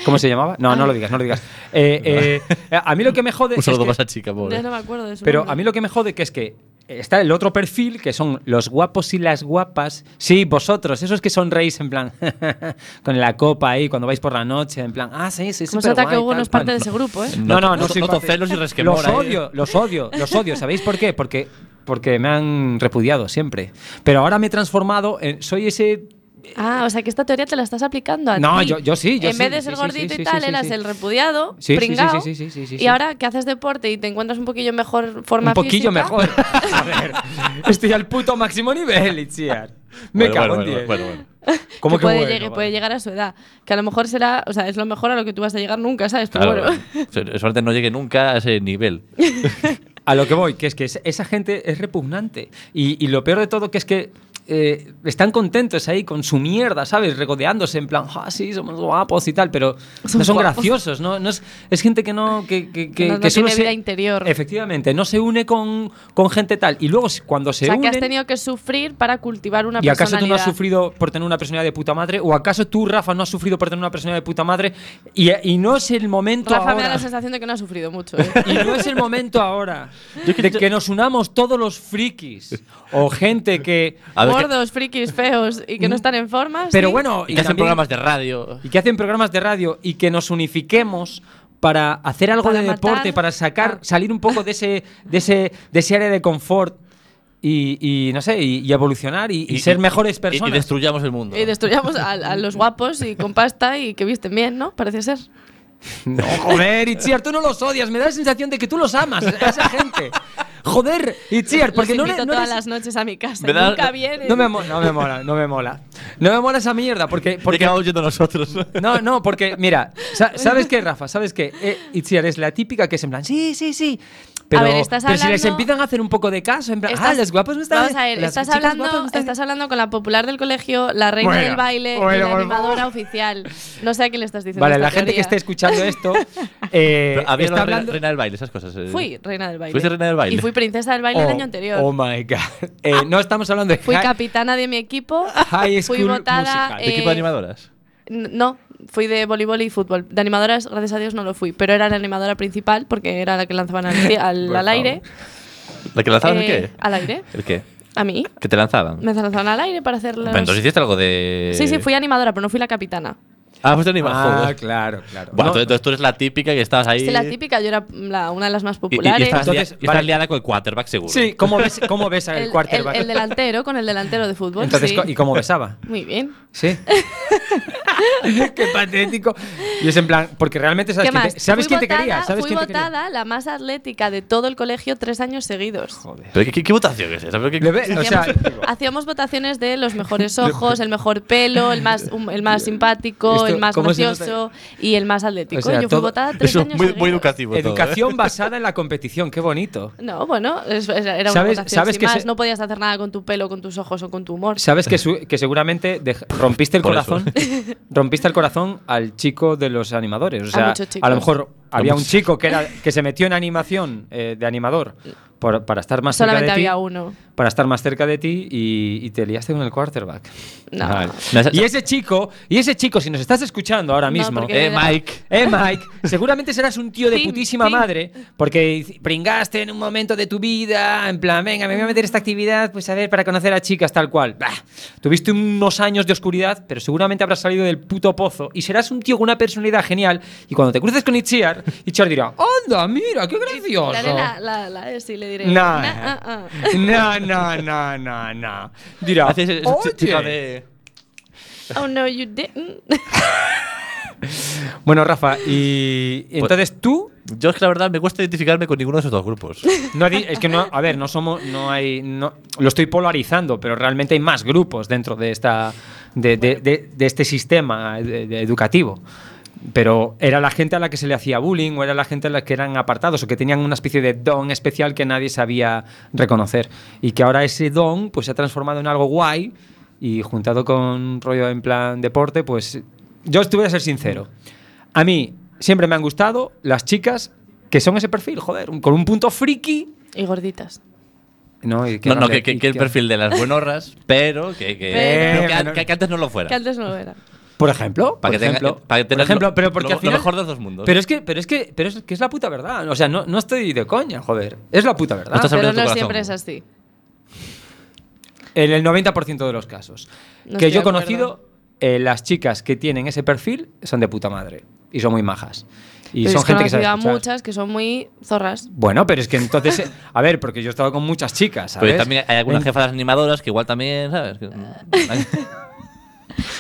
[SPEAKER 3] ¿Cómo se llamaba? No, no lo digas, no lo digas. Eh, eh, a mí lo que me jode.
[SPEAKER 2] Un saludo
[SPEAKER 3] es
[SPEAKER 2] para
[SPEAKER 3] que-
[SPEAKER 2] esa chica,
[SPEAKER 4] Ya
[SPEAKER 2] pobre.
[SPEAKER 4] no me acuerdo de su
[SPEAKER 3] Pero
[SPEAKER 4] nombre.
[SPEAKER 3] a mí lo que me jode que es que está el otro perfil, que son los guapos y las guapas. Sí, vosotros, esos que sonreís en plan, con la copa ahí, cuando vais por la noche, en plan, ah, sí, sí, sí.
[SPEAKER 4] Como se nota que Hugo no es parte de ese grupo, ¿eh?
[SPEAKER 3] No, no, no,
[SPEAKER 2] No,
[SPEAKER 3] soy
[SPEAKER 2] no
[SPEAKER 3] parte-
[SPEAKER 2] tocelos y
[SPEAKER 3] Los
[SPEAKER 2] resquemora, ¿eh?
[SPEAKER 3] odio, los odio, los odio. ¿Sabéis por qué? Porque, porque me han repudiado siempre. Pero ahora me he transformado en. Soy ese.
[SPEAKER 4] Ah, o sea que esta teoría te la estás aplicando a
[SPEAKER 3] No,
[SPEAKER 4] ti.
[SPEAKER 3] yo- yo sí, yo
[SPEAKER 4] En
[SPEAKER 3] sí,
[SPEAKER 4] vez de
[SPEAKER 3] sí,
[SPEAKER 4] ser
[SPEAKER 3] sí,
[SPEAKER 4] gordito
[SPEAKER 3] sí, sí,
[SPEAKER 4] y tal,
[SPEAKER 3] sí,
[SPEAKER 4] eras
[SPEAKER 3] sí.
[SPEAKER 4] el repudiado,
[SPEAKER 3] Sí, sí, sí,
[SPEAKER 4] pringao.
[SPEAKER 3] sí, sí, sí, sí, sí.
[SPEAKER 4] Y ahora que haces deporte y te encuentras un poquillo mejor forma
[SPEAKER 3] un poquillo
[SPEAKER 4] física,
[SPEAKER 3] mejor. A ver, estoy al puto máximo nivel, Itziar. Me
[SPEAKER 2] Bueno,
[SPEAKER 3] cago
[SPEAKER 2] bueno,
[SPEAKER 3] en
[SPEAKER 2] bueno,
[SPEAKER 3] 10.
[SPEAKER 2] bueno, bueno.
[SPEAKER 3] ¿Cómo que
[SPEAKER 4] puede,
[SPEAKER 3] bueno,
[SPEAKER 4] llegue-
[SPEAKER 3] vale?
[SPEAKER 4] puede llegar a su edad. Que a lo mejor será, o sea, es lo mejor a lo que tú vas a llegar nunca, ¿sabes? Pero
[SPEAKER 2] Claro,
[SPEAKER 4] bueno.
[SPEAKER 2] su- Suerte no llegue nunca a ese nivel.
[SPEAKER 3] A lo que voy, que es que es- esa gente es repugnante. Y, y lo peor de todo que es que eh, están contentos ahí con su mierda, ¿sabes? Regodeándose en plan, ah, sí, somos guapos y tal, pero no
[SPEAKER 4] Somos
[SPEAKER 3] son
[SPEAKER 4] guapos.
[SPEAKER 3] graciosos, ¿no? no es, es gente que no... Que, que, que-
[SPEAKER 4] No- no
[SPEAKER 3] que solo
[SPEAKER 4] tiene
[SPEAKER 3] se-
[SPEAKER 4] vida interior.
[SPEAKER 3] Efectivamente, no se une con, con gente tal. Y luego si- cuando
[SPEAKER 4] O
[SPEAKER 3] se
[SPEAKER 4] sea, que
[SPEAKER 3] unen...
[SPEAKER 4] has tenido que sufrir para cultivar una
[SPEAKER 3] ¿Y acaso tú no
[SPEAKER 4] personalidad.
[SPEAKER 3] has sufrido por tener una personalidad de puta madre? ¿O acaso tú, Rafa, no has sufrido por tener una personalidad de puta madre? Y, y no es el momento
[SPEAKER 4] Rafa me da
[SPEAKER 3] ahora...
[SPEAKER 4] la sensación de que no has sufrido mucho. ¿eh?
[SPEAKER 3] Y no es el momento ahora de que nos unamos todos los frikis o gente que.
[SPEAKER 2] A ver, que,
[SPEAKER 4] Gordos, frikis, feos y que no están en forma.
[SPEAKER 3] Mm. Pero
[SPEAKER 4] sí.
[SPEAKER 3] bueno,
[SPEAKER 2] y que hacen
[SPEAKER 3] también-
[SPEAKER 2] programas de radio.
[SPEAKER 3] y que hacen programas de radio y que nos unifiquemos para hacer algo
[SPEAKER 4] Para
[SPEAKER 3] de
[SPEAKER 4] matar-
[SPEAKER 3] deporte, para sacar,
[SPEAKER 4] Ah.
[SPEAKER 3] salir un poco de ese, de ese, de ese área de confort y, y, no sé, y, y evolucionar y, y ser mejores
[SPEAKER 2] Y,
[SPEAKER 3] personas.
[SPEAKER 2] destruyamos el mundo.
[SPEAKER 4] Y destruyamos a, a los guapos y con pasta y que visten bien, ¿no? Parece ser.
[SPEAKER 3] No, joder, Itziar, tú no los odias. Me da la sensación de que tú los amas, a esa gente. Joder, Itziar, porque
[SPEAKER 4] los
[SPEAKER 3] no, le-
[SPEAKER 4] invito
[SPEAKER 3] no
[SPEAKER 4] todas
[SPEAKER 3] les-
[SPEAKER 4] las noches a mi casa.
[SPEAKER 2] Me da-
[SPEAKER 4] Nunca vienen.
[SPEAKER 3] no me, mo- no me mola, no me mola. No me mola esa mierda, porque,
[SPEAKER 2] ¿Por
[SPEAKER 3] porque
[SPEAKER 2] qué vamos yendo nosotros?
[SPEAKER 3] No, no, porque, mira, sa- ¿sabes qué, Rafa? ¿Sabes qué? Eh, Itziar es la típica que es en plan, sí, sí, sí. Pero,
[SPEAKER 4] A ver, estás
[SPEAKER 3] pero si les
[SPEAKER 4] hablando-
[SPEAKER 3] empiezan a hacer un poco de caso, en plan, ah,
[SPEAKER 4] Estás-
[SPEAKER 3] los guapos no están.
[SPEAKER 4] Vamos a ver,
[SPEAKER 3] las
[SPEAKER 4] estás
[SPEAKER 3] chicas
[SPEAKER 4] hablando,
[SPEAKER 3] guapas no están-
[SPEAKER 4] estás hablando con la popular del colegio, la reina
[SPEAKER 3] Bueno,
[SPEAKER 4] del baile
[SPEAKER 3] bueno,
[SPEAKER 4] y la
[SPEAKER 3] por
[SPEAKER 4] animadora oficial. No sé a qué le estás diciendo.
[SPEAKER 3] Vale,
[SPEAKER 4] esta
[SPEAKER 3] la gente que
[SPEAKER 4] teoría.
[SPEAKER 3] esté escuchando esto, Eh,
[SPEAKER 2] Pero había
[SPEAKER 3] está
[SPEAKER 2] una reina,
[SPEAKER 3] hablando-
[SPEAKER 2] reina del baile, esas cosas. eh.
[SPEAKER 4] Fui reina del baile.
[SPEAKER 2] Fuiste reina del baile.
[SPEAKER 4] Y fui princesa del baile el
[SPEAKER 3] Oh,
[SPEAKER 4] año anterior. Ah,
[SPEAKER 3] Oh my god. Eh, no estamos hablando de
[SPEAKER 4] Fui
[SPEAKER 3] hi-
[SPEAKER 4] capitana de mi equipo.
[SPEAKER 3] High
[SPEAKER 4] fui
[SPEAKER 3] School
[SPEAKER 4] votada.
[SPEAKER 3] Musical.
[SPEAKER 2] ¿De equipo de
[SPEAKER 4] eh,
[SPEAKER 2] animadoras?
[SPEAKER 4] n- No, fui de voleibol y fútbol. De animadoras, gracias a Dios, no lo fui. Pero era la animadora principal porque era la que lanzaban al, al,
[SPEAKER 3] Por
[SPEAKER 4] al aire.
[SPEAKER 2] ¿La que lanzaban el
[SPEAKER 4] Eh,
[SPEAKER 2] qué?
[SPEAKER 4] ¿Al aire?
[SPEAKER 2] ¿El qué?
[SPEAKER 4] ¿A mí?
[SPEAKER 2] ¿Que te lanzaban?
[SPEAKER 4] Me lanzaron al aire para hacer las-
[SPEAKER 2] Pero entonces hiciste algo de.
[SPEAKER 4] Sí, sí, fui animadora, pero no fui la capitana.
[SPEAKER 2] Ah, fuiste animador.
[SPEAKER 3] Ah, claro, claro.
[SPEAKER 2] Bueno,
[SPEAKER 3] No,
[SPEAKER 2] entonces, entonces tú eres la típica que estabas ahí.
[SPEAKER 4] Es
[SPEAKER 3] Eh,
[SPEAKER 4] la típica, ¿eh? yo era la- una de las
[SPEAKER 2] Y,
[SPEAKER 4] más
[SPEAKER 2] y- y
[SPEAKER 4] populares.
[SPEAKER 2] estabas,
[SPEAKER 3] Entonces,
[SPEAKER 2] lia- y estabas
[SPEAKER 3] vale.
[SPEAKER 2] liada con el quarterback, seguro.
[SPEAKER 3] Sí, ¿cómo, bes- cómo besa el,
[SPEAKER 4] el,
[SPEAKER 3] quarterback?
[SPEAKER 4] el- el delantero, con el delantero de fútbol.
[SPEAKER 3] Entonces,
[SPEAKER 4] sí.
[SPEAKER 3] co- ¿y cómo besaba?
[SPEAKER 4] Muy bien.
[SPEAKER 3] Sí. Qué patético. Y es en plan, porque realmente sabes
[SPEAKER 4] ¿Qué
[SPEAKER 3] quién
[SPEAKER 4] más?
[SPEAKER 3] te, sabes
[SPEAKER 4] Fui
[SPEAKER 3] quién te
[SPEAKER 4] votada-
[SPEAKER 3] quería. ¿Sabes
[SPEAKER 4] fui
[SPEAKER 3] quién te quería?
[SPEAKER 4] votada la más atlética de todo el colegio tres años seguidos.
[SPEAKER 2] Pero ¿qué, qué, qué votación es esa? Pero qué-
[SPEAKER 3] Le ve- o sea, digo,
[SPEAKER 4] Hacíamos votaciones de los mejores ojos, el mejor pelo, el más, um, el más simpático,
[SPEAKER 3] Esto,
[SPEAKER 4] el más
[SPEAKER 3] ¿cómo se
[SPEAKER 4] gracioso y el más atlético.
[SPEAKER 3] O sea,
[SPEAKER 4] yo fui
[SPEAKER 3] todo-
[SPEAKER 4] votada tres
[SPEAKER 2] Eso es
[SPEAKER 4] años
[SPEAKER 2] muy,
[SPEAKER 4] seguidos.
[SPEAKER 2] muy educativo. todo, ¿eh?
[SPEAKER 3] educación basada en la competición, qué bonito.
[SPEAKER 4] No, bueno, es- es- era una
[SPEAKER 3] ¿Sabes-
[SPEAKER 4] votación
[SPEAKER 3] sabes
[SPEAKER 4] sin
[SPEAKER 3] que
[SPEAKER 4] más.
[SPEAKER 3] se-
[SPEAKER 4] No podías hacer nada con tu pelo, con tus ojos o con tu humor.
[SPEAKER 3] Sabes que, su- que seguramente dej- rompiste el
[SPEAKER 2] Por
[SPEAKER 3] corazón, rompiste el corazón al chico de los animadores. O sea,
[SPEAKER 4] muchos chicos.
[SPEAKER 3] a lo mejor había un
[SPEAKER 2] muchos.
[SPEAKER 3] chico que era que se metió en animación eh, de animador por- para estar más cerca
[SPEAKER 4] Solamente
[SPEAKER 3] de ti,
[SPEAKER 4] había uno.
[SPEAKER 3] para estar más cerca de ti y, y te liaste con el quarterback.
[SPEAKER 4] No.
[SPEAKER 2] Vale. Me has-
[SPEAKER 3] Y ese chico, y ese chico, si nos estás escuchando ahora
[SPEAKER 4] No,
[SPEAKER 3] mismo,
[SPEAKER 4] porque-
[SPEAKER 2] Eh, Mike.
[SPEAKER 3] Eh, Mike, seguramente serás un tío de
[SPEAKER 4] Sí,
[SPEAKER 3] putísima
[SPEAKER 4] sí.
[SPEAKER 3] madre, porque pringaste en un momento de tu vida, en plan, venga, me voy a meter a esta actividad, pues a ver, para conocer a chicas, tal cual. Bah. Tuviste unos años de oscuridad, pero seguramente habrás salido del puto pozo y serás un tío con una personalidad genial. Y cuando te cruces con Itziar, Itziar dirá, ¡Anda, mira, qué gracioso!
[SPEAKER 4] Daré la, la, la S y le diré.
[SPEAKER 3] No,
[SPEAKER 4] "Na, ah, ah".
[SPEAKER 3] no, no, no, no, no. Dirá,
[SPEAKER 2] Haces ese- ese
[SPEAKER 3] "Oye".
[SPEAKER 2] chico de.
[SPEAKER 4] Oh no, you didn't.
[SPEAKER 3] Bueno, Rafa, y entonces tú
[SPEAKER 2] Yo es que la verdad me cuesta identificarme con ninguno de esos dos grupos.
[SPEAKER 3] No di- es que no, a ver, no somos, no hay, no, lo estoy polarizando, pero realmente hay más grupos dentro de esta, de, de- de- de este sistema eh, de- educativo. Pero era la gente a la que se le hacía bullying o era la gente a la que eran apartados o que tenían una especie de don especial que nadie sabía reconocer y que ahora ese don pues se ha transformado en algo guay y juntado con un rollo en plan deporte, pues yo estuve a ser sincero. A mí siempre me han gustado las chicas que son ese perfil, joder, un- con un punto friki.
[SPEAKER 4] Y gorditas.
[SPEAKER 3] No, y
[SPEAKER 2] no, no,
[SPEAKER 3] grande-
[SPEAKER 2] que, que-
[SPEAKER 3] y
[SPEAKER 2] que el
[SPEAKER 3] que-
[SPEAKER 2] perfil de las buenorras, pero que, que,
[SPEAKER 4] Pero-
[SPEAKER 2] que-
[SPEAKER 3] Pero-
[SPEAKER 2] que- que antes no lo fuera.
[SPEAKER 4] Que antes no lo era.
[SPEAKER 3] Por
[SPEAKER 2] Para
[SPEAKER 3] ejemplo, por
[SPEAKER 2] que tenga-
[SPEAKER 3] ejemplo,
[SPEAKER 2] para que
[SPEAKER 3] por
[SPEAKER 2] tengas
[SPEAKER 3] ejemplo,
[SPEAKER 2] lo-
[SPEAKER 3] pero porque
[SPEAKER 2] lo-
[SPEAKER 3] al final-
[SPEAKER 2] lo mejor de los dos mundos.
[SPEAKER 3] Pero es que, pero es que, pero es que es la puta verdad. O sea, no, no estoy de coña, joder. Es la puta verdad.
[SPEAKER 2] No estás
[SPEAKER 4] Ah, Pero
[SPEAKER 2] abriendo tu
[SPEAKER 4] no
[SPEAKER 2] corazón.
[SPEAKER 4] siempre es así.
[SPEAKER 3] En el 90% de los casos.
[SPEAKER 4] No
[SPEAKER 3] que
[SPEAKER 4] estoy
[SPEAKER 3] yo he
[SPEAKER 4] de acuerdo.
[SPEAKER 3] conocido, eh, las chicas que tienen ese perfil son de puta madre. Y son muy majas. Y
[SPEAKER 4] Pero
[SPEAKER 3] son
[SPEAKER 4] es
[SPEAKER 3] gente que
[SPEAKER 4] conocido
[SPEAKER 3] sabe
[SPEAKER 4] a
[SPEAKER 3] escuchar.
[SPEAKER 4] muchas que son muy zorras.
[SPEAKER 3] Bueno, pero es que entonces. eh, A ver, porque yo he estado con muchas chicas, ¿sabes? Eh.
[SPEAKER 2] Pero también hay algunas jefas animadoras que igual también, ¿sabes? Que,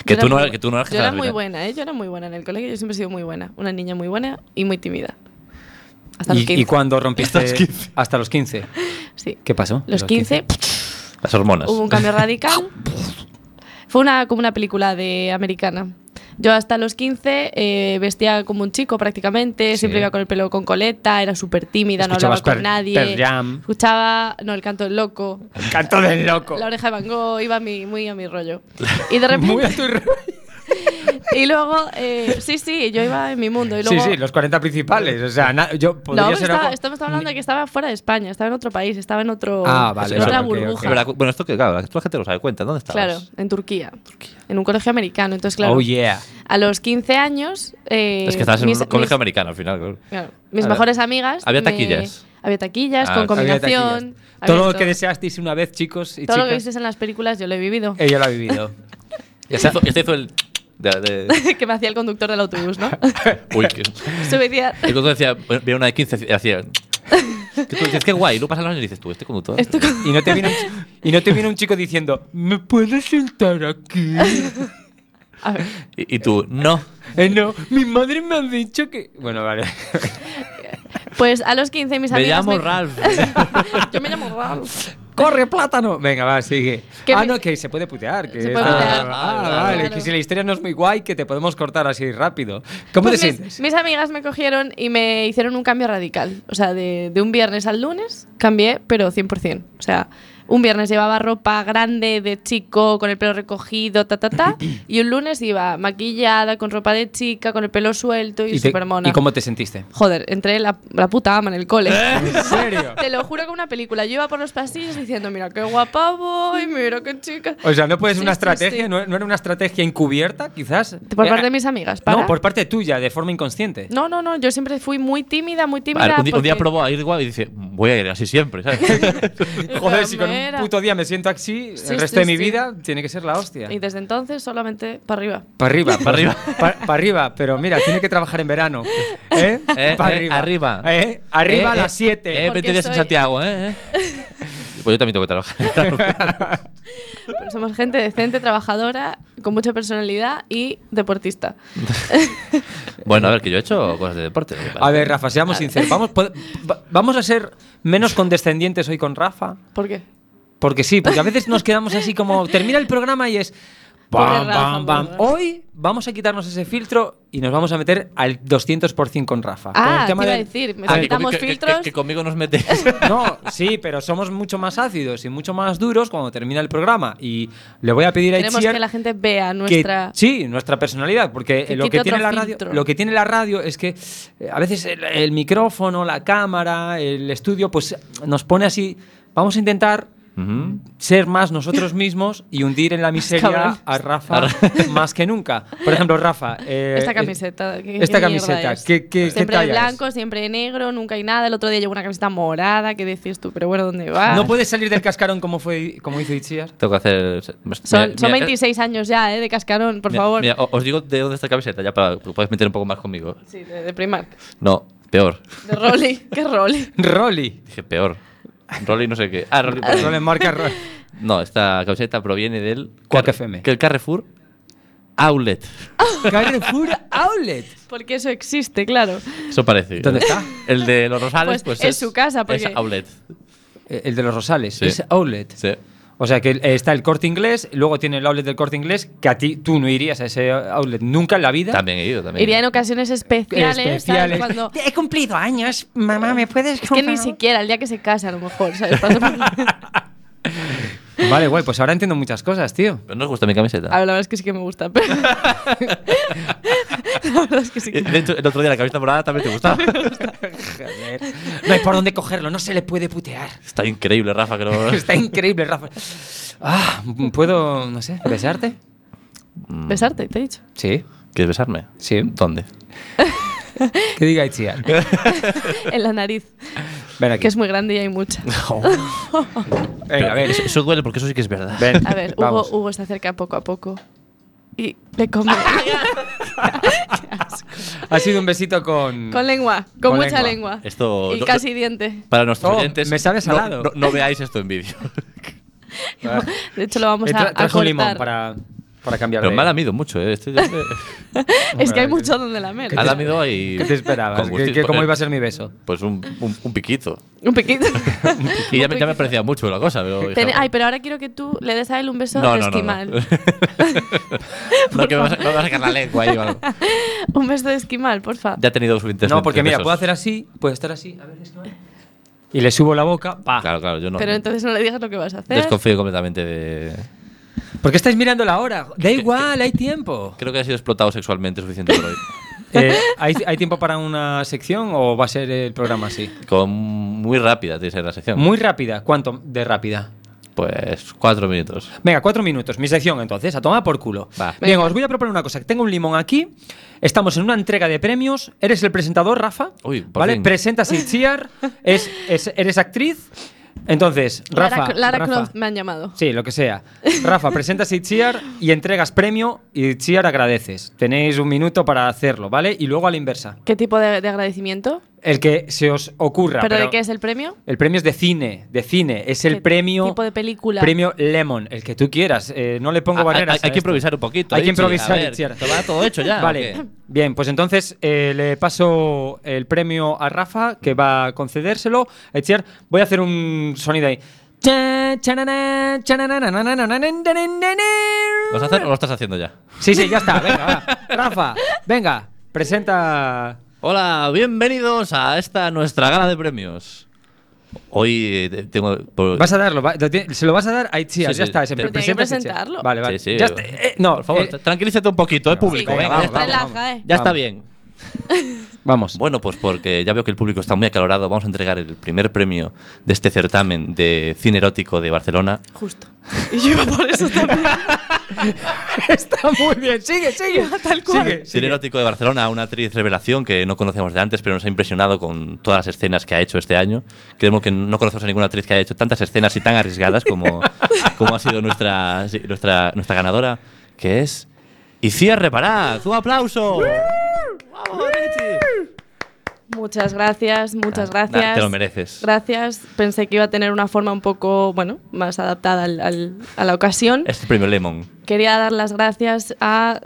[SPEAKER 2] que
[SPEAKER 4] Yo
[SPEAKER 2] tú
[SPEAKER 4] era
[SPEAKER 2] no,
[SPEAKER 4] muy-
[SPEAKER 2] que tú no eras
[SPEAKER 4] Yo
[SPEAKER 2] jefa
[SPEAKER 4] era
[SPEAKER 2] de
[SPEAKER 4] muy
[SPEAKER 2] Rita.
[SPEAKER 4] buena, ¿eh? Yo era muy buena en el colegio. Yo siempre he sido muy buena. Una niña muy buena y muy tímida. Hasta los
[SPEAKER 3] ¿Y,
[SPEAKER 4] 15.
[SPEAKER 3] y cuando rompiste.
[SPEAKER 2] Hasta los 15.
[SPEAKER 3] Hasta los 15.
[SPEAKER 4] Sí.
[SPEAKER 3] ¿Qué pasó?
[SPEAKER 4] Los 15
[SPEAKER 2] Las hormonas.
[SPEAKER 4] hubo un cambio radical. Fue una, como una película de americana. Yo hasta los 15 eh, vestía como un chico prácticamente,
[SPEAKER 3] Sí.
[SPEAKER 4] siempre iba con el pelo con coleta, era súper tímida, no hablaba
[SPEAKER 3] Escuchabas Pearl-
[SPEAKER 4] con nadie.
[SPEAKER 3] Pearl Jam.
[SPEAKER 4] Escuchaba, no, el canto del loco,
[SPEAKER 3] El canto del loco.
[SPEAKER 4] la oreja de Van Gogh, iba a mi- muy a mi rollo. Y de repente,
[SPEAKER 3] Muy a tu rollo.
[SPEAKER 4] y luego, eh, sí, sí, yo iba en mi mundo. Y
[SPEAKER 3] Sí,
[SPEAKER 4] luego,
[SPEAKER 3] sí, los 40 principales. O sea, na- yo podría
[SPEAKER 4] no, pero
[SPEAKER 3] ser
[SPEAKER 4] estaba-
[SPEAKER 3] algo-
[SPEAKER 4] estamos hablando de que estaba fuera de España, estaba en otro país, estaba en otro
[SPEAKER 3] Ah, vale,
[SPEAKER 4] en otra
[SPEAKER 3] vale, ok, ok.
[SPEAKER 4] burbuja.
[SPEAKER 2] Es verdad, bueno, esto que, claro, la- la gente lo sabe, cuenta, ¿dónde estabas?
[SPEAKER 4] Claro, en Turquía, en un colegio americano. Entonces, claro,
[SPEAKER 3] Oh, yeah.
[SPEAKER 4] a los 15 años. eh,
[SPEAKER 2] Es que estabas en un
[SPEAKER 4] mis-
[SPEAKER 2] colegio
[SPEAKER 4] mis-
[SPEAKER 2] americano al final. claro.
[SPEAKER 4] claro, mis
[SPEAKER 2] Había-
[SPEAKER 4] mejores amigas.
[SPEAKER 2] había
[SPEAKER 4] me-
[SPEAKER 2] taquillas.
[SPEAKER 4] había taquillas,
[SPEAKER 2] Ah,
[SPEAKER 4] con
[SPEAKER 3] Había taquillas.
[SPEAKER 4] combinación. había
[SPEAKER 3] Todo lo
[SPEAKER 4] de
[SPEAKER 3] que deseasteis una vez, chicos y
[SPEAKER 4] Todo lo que
[SPEAKER 3] chicas,
[SPEAKER 4] visteis en las películas yo lo he vivido.
[SPEAKER 3] ella lo ha vivido.
[SPEAKER 2] Y este hizo- este hizo el... de- de-
[SPEAKER 3] Eh.
[SPEAKER 4] que me hacía el conductor del autobús, ¿no?
[SPEAKER 2] uy, que...
[SPEAKER 4] Subía.
[SPEAKER 2] El conductor decía, veía una de 15 y hacía... Que tú dices, qué guay, lo pasas las narices tú, este conductor.
[SPEAKER 4] Esto con-
[SPEAKER 3] Y no, te viene un, y no te viene un chico diciendo, ¿me puedes sentar aquí?
[SPEAKER 4] A ver,
[SPEAKER 2] Y, y tú, no.
[SPEAKER 3] Eh, no, mi madre me ha dicho que... Bueno, vale.
[SPEAKER 4] Pues a los 15 mis
[SPEAKER 2] Me
[SPEAKER 4] amigas.
[SPEAKER 2] llamo Ralph.
[SPEAKER 4] yo me llamo Ralph.
[SPEAKER 3] ¡Corre, plátano! Venga, va, sigue.
[SPEAKER 4] Que
[SPEAKER 3] ah,
[SPEAKER 4] me-
[SPEAKER 3] no, que se puede putear. Que
[SPEAKER 4] Se puede
[SPEAKER 3] ah,
[SPEAKER 4] putear.
[SPEAKER 3] Ah,
[SPEAKER 4] Claro.
[SPEAKER 3] vale. Que si la historia no es muy guay, que te podemos cortar así rápido. ¿Cómo
[SPEAKER 4] Pues
[SPEAKER 3] te
[SPEAKER 4] mis,
[SPEAKER 3] sientes?
[SPEAKER 4] mis amigas me cogieron y me hicieron un cambio radical. O sea, de, de un viernes al lunes cambié, pero 100%. O sea, Un viernes llevaba ropa grande de chico, con el pelo recogido, ta, ta, ta. y un lunes iba maquillada, con ropa de chica, con el pelo suelto
[SPEAKER 3] ¿Y,
[SPEAKER 4] y,
[SPEAKER 3] te-
[SPEAKER 4] súper mona.
[SPEAKER 3] ¿Y cómo te sentiste?
[SPEAKER 4] Joder, entré la, la puta ama en el cole.
[SPEAKER 3] ¿En serio?
[SPEAKER 4] Te lo juro que una película. Yo iba por los pasillos diciendo, mira qué guapa voy, mira qué chica.
[SPEAKER 3] O sea, no puedes
[SPEAKER 4] Sí,
[SPEAKER 3] una
[SPEAKER 4] sí,
[SPEAKER 3] estrategia,
[SPEAKER 4] sí.
[SPEAKER 3] No, no era una estrategia encubierta, quizás.
[SPEAKER 4] Por
[SPEAKER 3] Eh,
[SPEAKER 4] parte de mis amigas, para.
[SPEAKER 3] No, por parte tuya, de forma inconsciente.
[SPEAKER 4] No, no, no, yo siempre fui muy tímida, muy tímida.
[SPEAKER 2] Vale, un, di- un día
[SPEAKER 4] porque-
[SPEAKER 2] probó a ir guay y dice, voy a ir así siempre, ¿sabes?
[SPEAKER 3] Joder, si con un
[SPEAKER 4] Mera.
[SPEAKER 3] puto día me siento así,
[SPEAKER 4] Sí,
[SPEAKER 3] el resto
[SPEAKER 4] sí,
[SPEAKER 3] de mi
[SPEAKER 4] sí.
[SPEAKER 3] vida tiene que ser la hostia.
[SPEAKER 4] Y desde entonces solamente para arriba.
[SPEAKER 3] Para arriba, para
[SPEAKER 2] arriba.
[SPEAKER 3] arriba. Para arriba, pero mira, tiene que trabajar en verano. ¿Eh?
[SPEAKER 2] Eh,
[SPEAKER 3] Pa'
[SPEAKER 2] eh, arriba.
[SPEAKER 3] ¿Eh? Arriba a
[SPEAKER 2] Eh,
[SPEAKER 3] las
[SPEAKER 2] eh,
[SPEAKER 3] 7.
[SPEAKER 2] Eh,
[SPEAKER 4] Porque
[SPEAKER 2] 20 días en
[SPEAKER 4] soy-
[SPEAKER 2] Santiago, ¿eh? eh. Pues yo también tengo que trabajar.
[SPEAKER 4] Pero somos gente decente, trabajadora, con mucha personalidad y deportista.
[SPEAKER 2] bueno, a ver, que yo he hecho cosas de deporte. Ah, lo que pasa.
[SPEAKER 3] a ver, Rafa, seamos sinceros. Vamos, pod- va- vamos a ser menos condescendientes hoy con Rafa.
[SPEAKER 4] ¿Por qué?
[SPEAKER 3] Porque sí, porque a veces nos quedamos así como. Termina el programa y es.
[SPEAKER 4] Pobre
[SPEAKER 3] Bam,
[SPEAKER 4] Rafa,
[SPEAKER 3] bam, bam.
[SPEAKER 4] pobre Rafa.
[SPEAKER 3] Hoy vamos a quitarnos ese filtro y nos vamos a meter al 200% con Rafa. Con
[SPEAKER 4] Ah,
[SPEAKER 3] el tema
[SPEAKER 4] te iba a
[SPEAKER 3] del-
[SPEAKER 4] decir, me
[SPEAKER 2] Ah, que
[SPEAKER 4] quitamos
[SPEAKER 2] conmigo- que- que-
[SPEAKER 4] filtros.
[SPEAKER 2] Que, conmigo nos metes.
[SPEAKER 3] No, sí, pero somos mucho más ácidos y mucho más duros cuando termina el programa. Y le voy a pedir a
[SPEAKER 4] Queremos
[SPEAKER 3] Itziar
[SPEAKER 4] que la gente vea
[SPEAKER 3] que-
[SPEAKER 4] nuestra.
[SPEAKER 3] sí, nuestra personalidad, porque
[SPEAKER 4] Que
[SPEAKER 3] eh, lo
[SPEAKER 4] quite
[SPEAKER 3] que tiene
[SPEAKER 4] otro
[SPEAKER 3] la radio,
[SPEAKER 4] filtro.
[SPEAKER 3] lo que tiene la radio es que eh, a veces el, el micrófono, la cámara, el estudio, pues nos pone así. Vamos a intentar
[SPEAKER 2] Ujú.
[SPEAKER 3] ser más nosotros mismos y hundir en la miseria
[SPEAKER 4] cabrones.
[SPEAKER 3] a Rafa más que nunca. Por ejemplo, Rafa, eh,
[SPEAKER 4] Esta
[SPEAKER 3] eh,
[SPEAKER 4] camiseta. ¿qué-
[SPEAKER 3] esta
[SPEAKER 4] qué mierda
[SPEAKER 3] camiseta,
[SPEAKER 4] es?
[SPEAKER 3] ¿qué- qué- qué
[SPEAKER 4] siempre de
[SPEAKER 3] talla es?
[SPEAKER 4] blanco, siempre de negro, nunca hay nada. El otro día llevo una camiseta morada, que decís tú, pero bueno, ¿dónde vas?
[SPEAKER 3] no puedes salir del cascarón como fue, como hizo Itziar.
[SPEAKER 2] Tengo que hacer. Son,
[SPEAKER 4] son, son 26 años ya, ¿eh? De cascarón, por favor.
[SPEAKER 2] os digo de dónde está la camiseta, ya para que podáis meter un poco más conmigo.
[SPEAKER 4] Sí, de, de Primark.
[SPEAKER 2] No, peor.
[SPEAKER 4] De Rolly. ¿Qué Rolly?
[SPEAKER 3] Rolly.
[SPEAKER 2] Dije peor. Rolly no sé qué. Ah, Rolly. perdón.
[SPEAKER 3] Rolly marca Rolly.
[SPEAKER 2] No, esta camiseta proviene del.
[SPEAKER 3] Quack
[SPEAKER 2] Carre-
[SPEAKER 3] FM.
[SPEAKER 2] Que el Carrefour Outlet.
[SPEAKER 3] Carrefour Outlet.
[SPEAKER 4] Porque eso existe, claro.
[SPEAKER 2] Eso parece.
[SPEAKER 3] ¿Dónde está?
[SPEAKER 2] El de los Rosales,
[SPEAKER 4] Pues
[SPEAKER 2] pues.
[SPEAKER 4] es su casa, porque-
[SPEAKER 2] Es Outlet.
[SPEAKER 3] Eh, El de los Rosales,
[SPEAKER 2] Sí.
[SPEAKER 3] es Outlet.
[SPEAKER 2] Sí.
[SPEAKER 3] O sea que eh, está el corte inglés, luego tiene el outlet del corte inglés, que a ti tú no irías a ese outlet nunca en la vida.
[SPEAKER 2] También he ido, también.
[SPEAKER 4] Iría en ocasiones especiales, ¿sabes?
[SPEAKER 3] Especiales.
[SPEAKER 4] Cuando
[SPEAKER 5] He cumplido años, mamá, ¿me puedes
[SPEAKER 4] Es que ni
[SPEAKER 5] comprar?
[SPEAKER 4] siquiera el día que se casa, a lo mejor, ¿sabes? Paso por- A
[SPEAKER 3] Vale, guay, pues ahora entiendo muchas cosas, tío.
[SPEAKER 2] Pero no os gusta mi camiseta.
[SPEAKER 4] ver, Ah, la verdad es que sí que me gusta, pero... La verdad es que sí
[SPEAKER 2] Eh,
[SPEAKER 4] que...
[SPEAKER 2] De hecho, el otro día la camiseta morada también te gustaba.
[SPEAKER 3] No hay por dónde cogerlo, no se le puede putear.
[SPEAKER 2] Está increíble, Rafa, que no.
[SPEAKER 3] Está increíble, Rafa. Ah, ¿puedo, no sé, besarte?
[SPEAKER 4] Besarte, te he dicho.
[SPEAKER 3] Sí.
[SPEAKER 2] Mm, ¿Quieres besarme?
[SPEAKER 3] Sí.
[SPEAKER 2] ¿Dónde?
[SPEAKER 3] Que diga Itziar.
[SPEAKER 4] En la nariz,
[SPEAKER 3] Ven aquí.
[SPEAKER 4] que es muy grande y hay mucha.
[SPEAKER 3] Venga, a ver.
[SPEAKER 2] Eso, eso duele porque eso sí que es verdad.
[SPEAKER 3] Ven.
[SPEAKER 4] A ver, Hugo,
[SPEAKER 3] Vamos.
[SPEAKER 4] Hugo se acerca poco a poco y le come.
[SPEAKER 3] Ha sido un besito con...
[SPEAKER 4] con lengua, con,
[SPEAKER 3] Con
[SPEAKER 4] mucha
[SPEAKER 3] lengua.
[SPEAKER 4] lengua.
[SPEAKER 2] Esto
[SPEAKER 4] Y
[SPEAKER 2] no-
[SPEAKER 4] casi diente.
[SPEAKER 2] Para nuestros
[SPEAKER 3] Oh,
[SPEAKER 2] oyentes.
[SPEAKER 3] me sabe
[SPEAKER 2] no,
[SPEAKER 3] salado.
[SPEAKER 2] no- no veáis esto en vídeo.
[SPEAKER 4] De hecho, lo vamos
[SPEAKER 3] Eh,
[SPEAKER 4] a,
[SPEAKER 3] tra-
[SPEAKER 4] a
[SPEAKER 3] trajo un limón
[SPEAKER 4] cortar.
[SPEAKER 3] para, para cambiar
[SPEAKER 2] Pero
[SPEAKER 3] de-
[SPEAKER 2] me ha lamido mucho, ¿eh? Este, este-
[SPEAKER 4] Es que hay
[SPEAKER 3] Hombre,
[SPEAKER 4] mucho donde lamer.
[SPEAKER 2] ha lamido ahí.
[SPEAKER 3] ¿Qué te esperabas?
[SPEAKER 2] con eh.
[SPEAKER 3] ¿Qué,
[SPEAKER 2] gustito.
[SPEAKER 3] qué- ¿Cómo iba a ser mi beso?
[SPEAKER 2] Pues un, un- un piquito.
[SPEAKER 4] Un piquito.
[SPEAKER 2] Y ya, me- ya me parecía mucho la cosa, pero.
[SPEAKER 4] Ten-
[SPEAKER 2] dije,
[SPEAKER 4] Ay, pero ahora quiero que tú le des a él un beso
[SPEAKER 2] no,
[SPEAKER 4] de
[SPEAKER 2] no, no, no.
[SPEAKER 4] esquimal.
[SPEAKER 2] No, que me vas a- me vas a sacar la lengua ahí o algo.
[SPEAKER 4] Un beso de esquimal, porfa.
[SPEAKER 2] Ya he tenido suficientes.
[SPEAKER 3] No, porque mira,
[SPEAKER 2] besos.
[SPEAKER 3] puedo hacer así, puedo estar así, a ver, esto, eh. Y le subo la boca, pa.
[SPEAKER 2] Claro, claro, yo no.
[SPEAKER 4] Pero entonces no le digas lo que vas a hacer.
[SPEAKER 2] Desconfío completamente de.
[SPEAKER 3] ¿Por qué estáis mirando la hora? Da igual, hay tiempo.
[SPEAKER 2] Creo que ha sido explotado sexualmente suficiente por hoy.
[SPEAKER 3] Eh, ¿hay, hay tiempo para una sección o va a ser el programa así?
[SPEAKER 2] Con muy rápida tiene que ser la sección.
[SPEAKER 3] Muy rápida. ¿Cuánto de rápida?
[SPEAKER 2] Pues cuatro minutos.
[SPEAKER 3] Venga, cuatro minutos. Mi sección entonces, a tomar por culo.
[SPEAKER 2] Va.
[SPEAKER 3] Bien, os voy a proponer una cosa. Tengo un limón aquí. Estamos en una entrega de premios. Eres el presentador, Rafa.
[SPEAKER 2] Uy, por
[SPEAKER 3] ¿Vale?
[SPEAKER 2] fin.
[SPEAKER 3] Presentas Itziar. Es, es- eres actriz. Entonces,
[SPEAKER 4] Lara-
[SPEAKER 3] Rafa.
[SPEAKER 4] Lara,
[SPEAKER 3] Rafa.
[SPEAKER 4] Croft me han llamado.
[SPEAKER 3] Sí, lo que sea. Rafa, presentas Itziar y entregas premio y Itziar agradeces. Tenéis un minuto para hacerlo, ¿vale? Y luego a la inversa.
[SPEAKER 4] ¿Qué tipo de, de agradecimiento?
[SPEAKER 3] El que se os ocurra.
[SPEAKER 4] ¿Pero de
[SPEAKER 3] pero-
[SPEAKER 4] qué es el premio?
[SPEAKER 3] El premio es de cine, de cine. Es el
[SPEAKER 4] ¿Qué
[SPEAKER 3] premio.
[SPEAKER 4] tipo de película?
[SPEAKER 3] Premio Lemon, el que tú quieras. Eh, no le pongo
[SPEAKER 2] Ah, hay,
[SPEAKER 3] barreras.
[SPEAKER 2] hay- hay
[SPEAKER 3] a
[SPEAKER 2] que
[SPEAKER 3] esto.
[SPEAKER 2] improvisar un poquito.
[SPEAKER 3] Hay que
[SPEAKER 2] Ichi.
[SPEAKER 3] improvisar,
[SPEAKER 2] A ver,
[SPEAKER 3] Ichi, ahora.
[SPEAKER 2] ¿te va todo hecho ya?
[SPEAKER 3] Vale.
[SPEAKER 2] o qué?
[SPEAKER 3] Bien, pues entonces eh, le paso el premio a Rafa, que va a concedérselo. Itziar, voy a hacer un sonido ahí.
[SPEAKER 2] ¿Lo vas a hacer o lo estás haciendo ya?
[SPEAKER 3] Sí, sí, ya está. Venga, va. Rafa, venga, presenta.
[SPEAKER 2] Hola, bienvenidos a esta nuestra gala de premios. Hoy eh, tengo. por-
[SPEAKER 3] Vas a darlo, va- lo ti- se lo vas a dar a Itziar,
[SPEAKER 2] Sí,
[SPEAKER 3] ya
[SPEAKER 2] sí,
[SPEAKER 3] está. se
[SPEAKER 2] te-
[SPEAKER 3] pre-
[SPEAKER 4] Pero tiene que
[SPEAKER 3] presenta a Itziar.
[SPEAKER 4] presentarlo.
[SPEAKER 3] Vale, vale.
[SPEAKER 2] Sí, sí.
[SPEAKER 3] Ya está, eh, no,
[SPEAKER 2] por favor,
[SPEAKER 3] eh,
[SPEAKER 2] tra- tranquilícete un poquito, eh, público.
[SPEAKER 3] venga,
[SPEAKER 2] venga,
[SPEAKER 3] vamos,
[SPEAKER 2] ya está,
[SPEAKER 3] vamos.
[SPEAKER 4] Relaja, eh.
[SPEAKER 2] ya está
[SPEAKER 3] Vamos.
[SPEAKER 2] bien.
[SPEAKER 3] vamos.
[SPEAKER 2] Bueno, pues porque ya veo que el público está muy acalorado. Vamos a entregar el primer premio de este certamen de cine erótico de Barcelona.
[SPEAKER 4] Justo. Y yo iba por eso también.
[SPEAKER 3] está muy bien. Sigue, sigue. Tal cual. Sigue,
[SPEAKER 2] Cine
[SPEAKER 3] sigue.
[SPEAKER 2] erótico de Barcelona, una actriz revelación que no conocemos de antes, pero nos ha impresionado con todas las escenas que ha hecho este año. Creemos que no conocemos a ninguna actriz que haya hecho tantas escenas y tan arriesgadas como, como ha sido nuestra, sí, nuestra, nuestra ganadora, que es Iciar Reparad. ¡Un aplauso!
[SPEAKER 4] Muchas gracias, muchas
[SPEAKER 2] Ah,
[SPEAKER 4] gracias.
[SPEAKER 2] te lo mereces.
[SPEAKER 4] Gracias. Pensé que iba a tener una forma un poco, bueno, más adaptada al- al- a la ocasión.
[SPEAKER 2] Este premio Lemon.
[SPEAKER 4] Quería dar las gracias a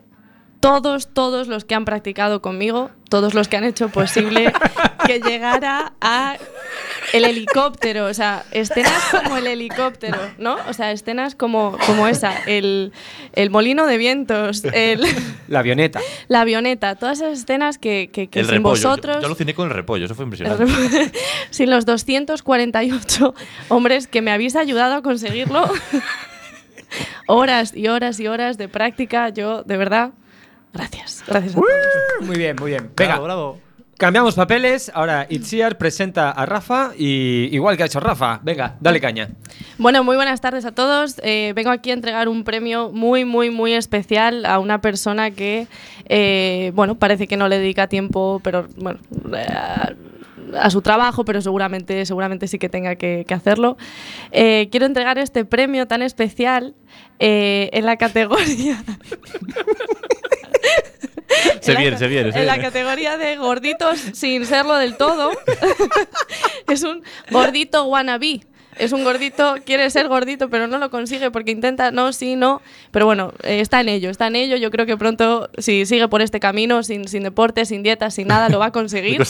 [SPEAKER 4] todos, todos los que han practicado conmigo, todos los que han hecho posible que llegara a el helicóptero, o sea, escenas como el helicóptero, ¿no? O sea, escenas como, como esa, el, el molino de vientos, el-
[SPEAKER 3] La avioneta.
[SPEAKER 4] la avioneta, todas esas escenas que, que- que
[SPEAKER 2] el
[SPEAKER 4] sin
[SPEAKER 2] repollo. Yo-
[SPEAKER 4] vosotros...
[SPEAKER 2] Yo, aluciné con el repollo, eso fue impresionante.
[SPEAKER 4] Sin los 248 hombres que me habéis ayudado a conseguirlo, horas y horas y horas de práctica, yo de verdad, gracias. Gracias. a todos.
[SPEAKER 3] Muy bien, muy bien. Venga,
[SPEAKER 2] Bravo, bravo.
[SPEAKER 3] cambiamos papeles. Ahora Itziar presenta a Rafa y igual que ha hecho Rafa. Venga, dale caña.
[SPEAKER 4] Bueno, muy buenas tardes a todos. Eh, vengo aquí a entregar un premio muy, muy, muy especial a una persona que, eh, bueno, parece que no le dedica tiempo, pero bueno, eh, a su trabajo, pero seguramente, seguramente sí que tenga que, que hacerlo. Eh, quiero entregar este premio tan especial eh, en la categoría.
[SPEAKER 2] Se
[SPEAKER 4] En la-
[SPEAKER 2] viene, se viene, se
[SPEAKER 4] En la
[SPEAKER 2] viene.
[SPEAKER 4] categoría de gorditos sin serlo del todo. es un gordito wannabe. Es un gordito, quiere ser gordito, pero no lo consigue porque intenta, no, sí, no. Pero bueno, eh, está en ello, está en ello. Yo creo que pronto, si sigue por este camino, sin, sin deporte, sin dieta, sin nada, lo va a conseguir.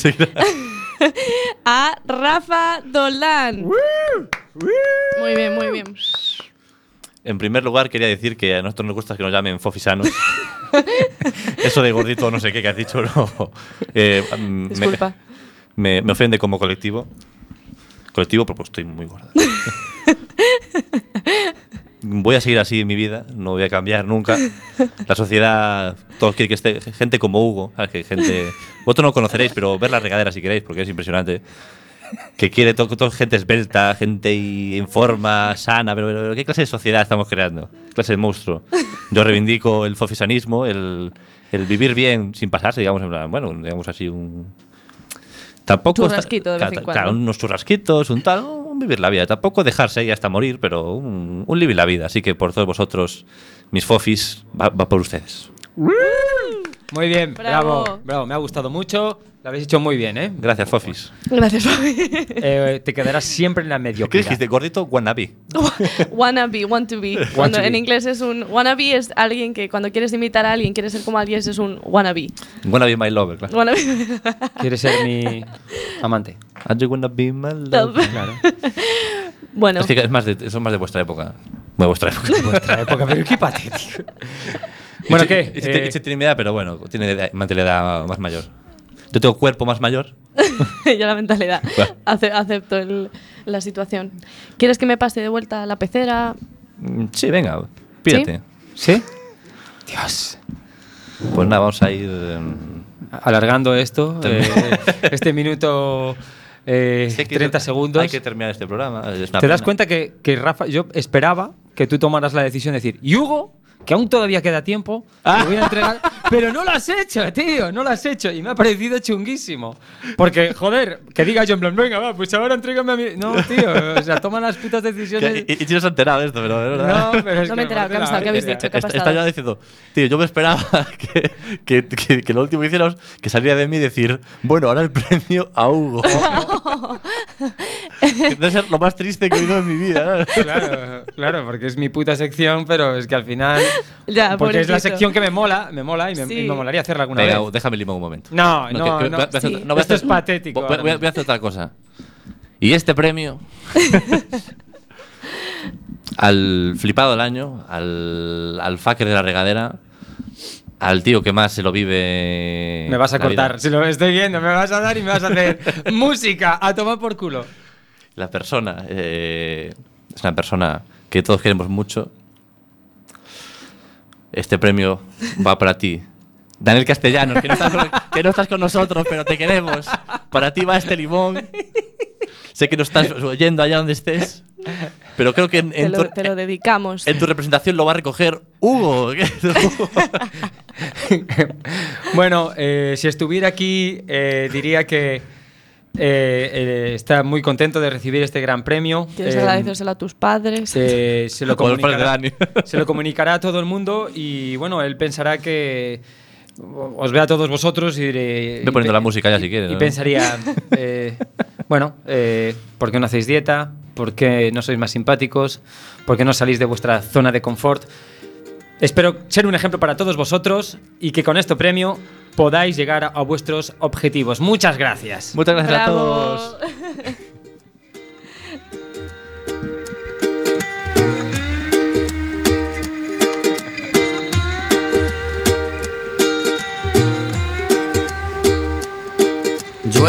[SPEAKER 4] a Rafa Dolan. Muy bien, muy bien.
[SPEAKER 2] En primer lugar, quería decir que a nosotros nos gusta que nos llamen fofisanos. Eso de gordito no sé qué que has dicho, no. Eh, mm, me-
[SPEAKER 4] Disculpa.
[SPEAKER 2] Me, me ofende como colectivo. Colectivo, pero pues estoy muy gorda. voy a seguir así en mi vida, no voy a cambiar nunca. La sociedad, todos quieren que esté gente como Hugo, ¿sabes? que gente, vosotros no lo conoceréis, pero ver la regadera si queréis, porque es impresionante. Que quiere todo, todo gente esbelta, gente y- en forma, sana, pero, pero ¿qué clase de sociedad estamos creando? ¿Qué clase de monstruo? Yo reivindico el fofisanismo, el, el vivir bien sin pasarse, digamos, en plan, bueno, digamos así un... Tampoco está-
[SPEAKER 4] Churrasquito de vez
[SPEAKER 2] claro,
[SPEAKER 4] en cuando.
[SPEAKER 2] claro, unos churrasquitos, un tal, un vivir la vida. Tampoco dejarse ahí hasta morir, pero un, un vivir la vida. Así que por todos vosotros, mis fofis, va, va por ustedes.
[SPEAKER 3] Muy bien, bravo.
[SPEAKER 4] Bravo.
[SPEAKER 3] bravo, me ha gustado mucho. Lo habéis hecho muy bien, ¿eh?
[SPEAKER 2] Gracias, fofis.
[SPEAKER 4] Gracias, Fabi.
[SPEAKER 3] Eh, te quedarás siempre en la
[SPEAKER 2] ¿Qué
[SPEAKER 3] mediocridad.
[SPEAKER 2] dijiste? Gordito, wannabe.
[SPEAKER 4] wannabe, want to be. Cuando
[SPEAKER 3] to be.
[SPEAKER 4] en inglés es un wannabe es alguien que cuando quieres imitar a alguien, quieres ser como alguien, ese es un wannabe.
[SPEAKER 2] Wannabe my lover, claro.
[SPEAKER 4] Wannabe.
[SPEAKER 3] Quieres ser mi amante.
[SPEAKER 2] Are you gonna be my lover?
[SPEAKER 3] Claro.
[SPEAKER 4] bueno,
[SPEAKER 2] Es que es más de, eso es más de vuestra época. Bueno, vuestra época.
[SPEAKER 3] Otra época, pero qué patético. Bueno, ¿qué?
[SPEAKER 2] Ichi- Ichi-
[SPEAKER 3] Eh,
[SPEAKER 2] Ichi tiene mi edad, pero bueno, tiene edad- mantiene la edad más mayor. Yo tengo cuerpo más mayor.
[SPEAKER 4] yo la mentalidad.
[SPEAKER 2] Claro.
[SPEAKER 4] Ace- acepto el- la situación. ¿Quieres que me pase de vuelta a la pecera?
[SPEAKER 2] Mm, Sí, venga, pírate.
[SPEAKER 3] ¿Sí? Dios.
[SPEAKER 2] Pues nada, vamos a ir. em,
[SPEAKER 3] Alargando esto,
[SPEAKER 2] También.
[SPEAKER 3] eh, este minuto eh,
[SPEAKER 2] Sí, hay que-
[SPEAKER 3] 30 segundos.
[SPEAKER 2] Hay que terminar este programa. es una
[SPEAKER 3] ¿Te das
[SPEAKER 2] pena.
[SPEAKER 3] cuenta que, que Rafa, yo esperaba que tú tomaras la decisión de decir, y Hugo, que aún todavía queda tiempo, lo voy a entregar, pero no lo has hecho, tío, no lo has hecho, y me ha parecido chunguísimo. Porque, joder, que diga yo en plan, venga, va, pues ahora entrégame a mí. No, tío, o sea, toma las putas decisiones.
[SPEAKER 2] Que- Y, y si no se ha enterado de esto, pero de verdad.
[SPEAKER 3] No, pero es
[SPEAKER 4] No
[SPEAKER 3] que
[SPEAKER 4] me he enterado,
[SPEAKER 3] parece
[SPEAKER 4] Carlos, ¿a qué habéis
[SPEAKER 3] hostia.
[SPEAKER 4] dicho? ¿Qué ha
[SPEAKER 2] Está-
[SPEAKER 4] pasado?
[SPEAKER 2] Está ya diciendo, tío, yo me esperaba que, que, que- que lo último que hicieras que saliera de mí y decir, bueno, ahora el premio a Hugo. Que Debe ser lo más triste que he oído en mi vida. ¿no?
[SPEAKER 3] Claro, claro, porque es mi puta sección, pero es que al final.
[SPEAKER 4] Ya,
[SPEAKER 3] porque es la
[SPEAKER 4] pobrecito.
[SPEAKER 3] sección que me mola, me mola y me,
[SPEAKER 4] Sí.
[SPEAKER 3] y me molaría hacerla alguna
[SPEAKER 2] Venga,
[SPEAKER 3] vez.
[SPEAKER 2] déjame el limón un momento.
[SPEAKER 3] No, no,
[SPEAKER 2] que- que
[SPEAKER 3] no.
[SPEAKER 2] voy a- voy a hacer-
[SPEAKER 4] Sí.
[SPEAKER 2] no, voy a
[SPEAKER 3] Esto
[SPEAKER 2] hacer-
[SPEAKER 3] es patético
[SPEAKER 2] Voy,
[SPEAKER 3] ahora
[SPEAKER 2] voy a-
[SPEAKER 3] mismo.
[SPEAKER 2] voy a hacer otra cosa. Y este premio. al flipado del año, al, al fucker de la regadera, al tío que más se lo vive.
[SPEAKER 3] Me vas a
[SPEAKER 2] la vida.
[SPEAKER 3] cortar, si lo estoy viendo, me vas a dar y me vas a hacer música a tomar por culo.
[SPEAKER 2] La persona eh, es una persona que todos queremos mucho. Este premio va para ti. Daniel Castellanos, que no, estás con, que no estás con nosotros, pero te queremos. Para ti va este limón. Sé que no estás oyendo allá donde estés, pero creo que en,
[SPEAKER 4] Te
[SPEAKER 2] en
[SPEAKER 4] lo,
[SPEAKER 2] tu-
[SPEAKER 4] te lo dedicamos.
[SPEAKER 2] en tu representación lo va a recoger Hugo.
[SPEAKER 3] Bueno, eh, si estuviera aquí, eh, diría que eh, eh, está muy contento de recibir este gran premio.
[SPEAKER 4] Quieres
[SPEAKER 3] Eh,
[SPEAKER 4] agradecérselo a tus padres.
[SPEAKER 3] se, se lo
[SPEAKER 2] Como el padre de
[SPEAKER 3] comunicará,
[SPEAKER 2] Dani.
[SPEAKER 3] se lo comunicará a todo el mundo y bueno, él pensará que os ve a todos vosotros y diré...
[SPEAKER 2] Ve
[SPEAKER 3] y
[SPEAKER 2] poniendo
[SPEAKER 3] pe-
[SPEAKER 2] la música ya si quieres.
[SPEAKER 3] Y
[SPEAKER 2] ¿no?
[SPEAKER 3] pensaría, eh, bueno, eh, ¿por qué no hacéis dieta? ¿Por qué no sois más simpáticos? ¿Por qué no salís de vuestra zona de confort? Espero ser un ejemplo para todos vosotros y que con este premio podáis llegar a, a vuestros objetivos. Muchas gracias.
[SPEAKER 2] Muchas gracias a
[SPEAKER 4] Bravo.
[SPEAKER 2] todos.
[SPEAKER 6] Yo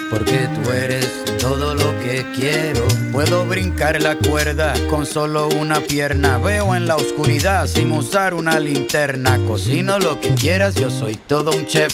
[SPEAKER 6] porque tú eres todo lo que quiero. Puedo brincar la cuerda con solo una pierna, veo en la oscuridad sin usar una linterna, cocino lo que quieras, yo soy todo un chef.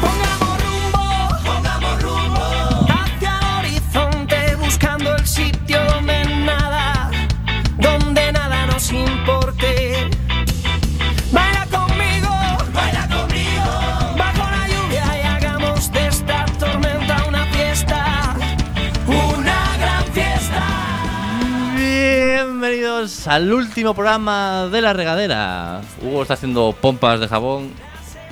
[SPEAKER 1] Pongamos rumbo, pongamos rumbo hacia el horizonte buscando el sitio donde nada, donde nada nos importe. Baila conmigo, baila conmigo, bajo la lluvia y hagamos de esta tormenta una fiesta, una gran fiesta.
[SPEAKER 2] Bienvenidos al último programa de la regadera. Hugo está haciendo pompas de jabón.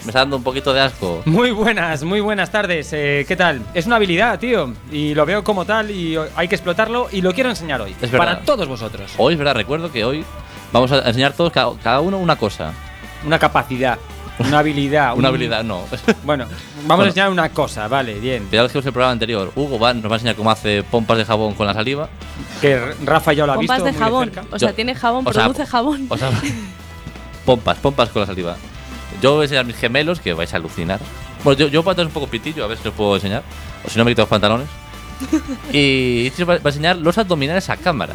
[SPEAKER 2] Me está dando un poquito de asco.
[SPEAKER 3] Muy buenas, muy buenas tardes. Eh, ¿Qué tal? Es una habilidad, tío, y lo veo como tal y o- hay que explotarlo y lo quiero enseñar hoy.
[SPEAKER 2] Es verdad.
[SPEAKER 3] para todos vosotros.
[SPEAKER 2] Hoy, es verdad, recuerdo que hoy vamos a enseñar todos, cada, cada uno una cosa.
[SPEAKER 3] Una capacidad. Una habilidad.
[SPEAKER 2] Una
[SPEAKER 3] un-
[SPEAKER 2] habilidad, no.
[SPEAKER 3] Bueno, vamos a
[SPEAKER 2] Bueno.
[SPEAKER 3] enseñar una cosa, vale, bien.
[SPEAKER 2] Ya lo dijimos en el programa anterior. Hugo va- nos va a enseñar cómo hace pompas de jabón con la saliva.
[SPEAKER 3] Que Rafa ya lo ha visto.
[SPEAKER 4] Pompas de
[SPEAKER 3] muy
[SPEAKER 4] jabón.
[SPEAKER 3] cerca.
[SPEAKER 4] O sea,
[SPEAKER 2] Yo-
[SPEAKER 4] tiene jabón,
[SPEAKER 2] o sea,
[SPEAKER 4] produce jabón.
[SPEAKER 2] O sea, pompas, pompas con la saliva. Yo voy a enseñar mis gemelos que vais a alucinar. Bueno, yo, yo voy a tener un poco pitillo, a ver si os puedo enseñar. O si no, me quito los pantalones. Y Itzi va va a enseñar los abdominales a cámara.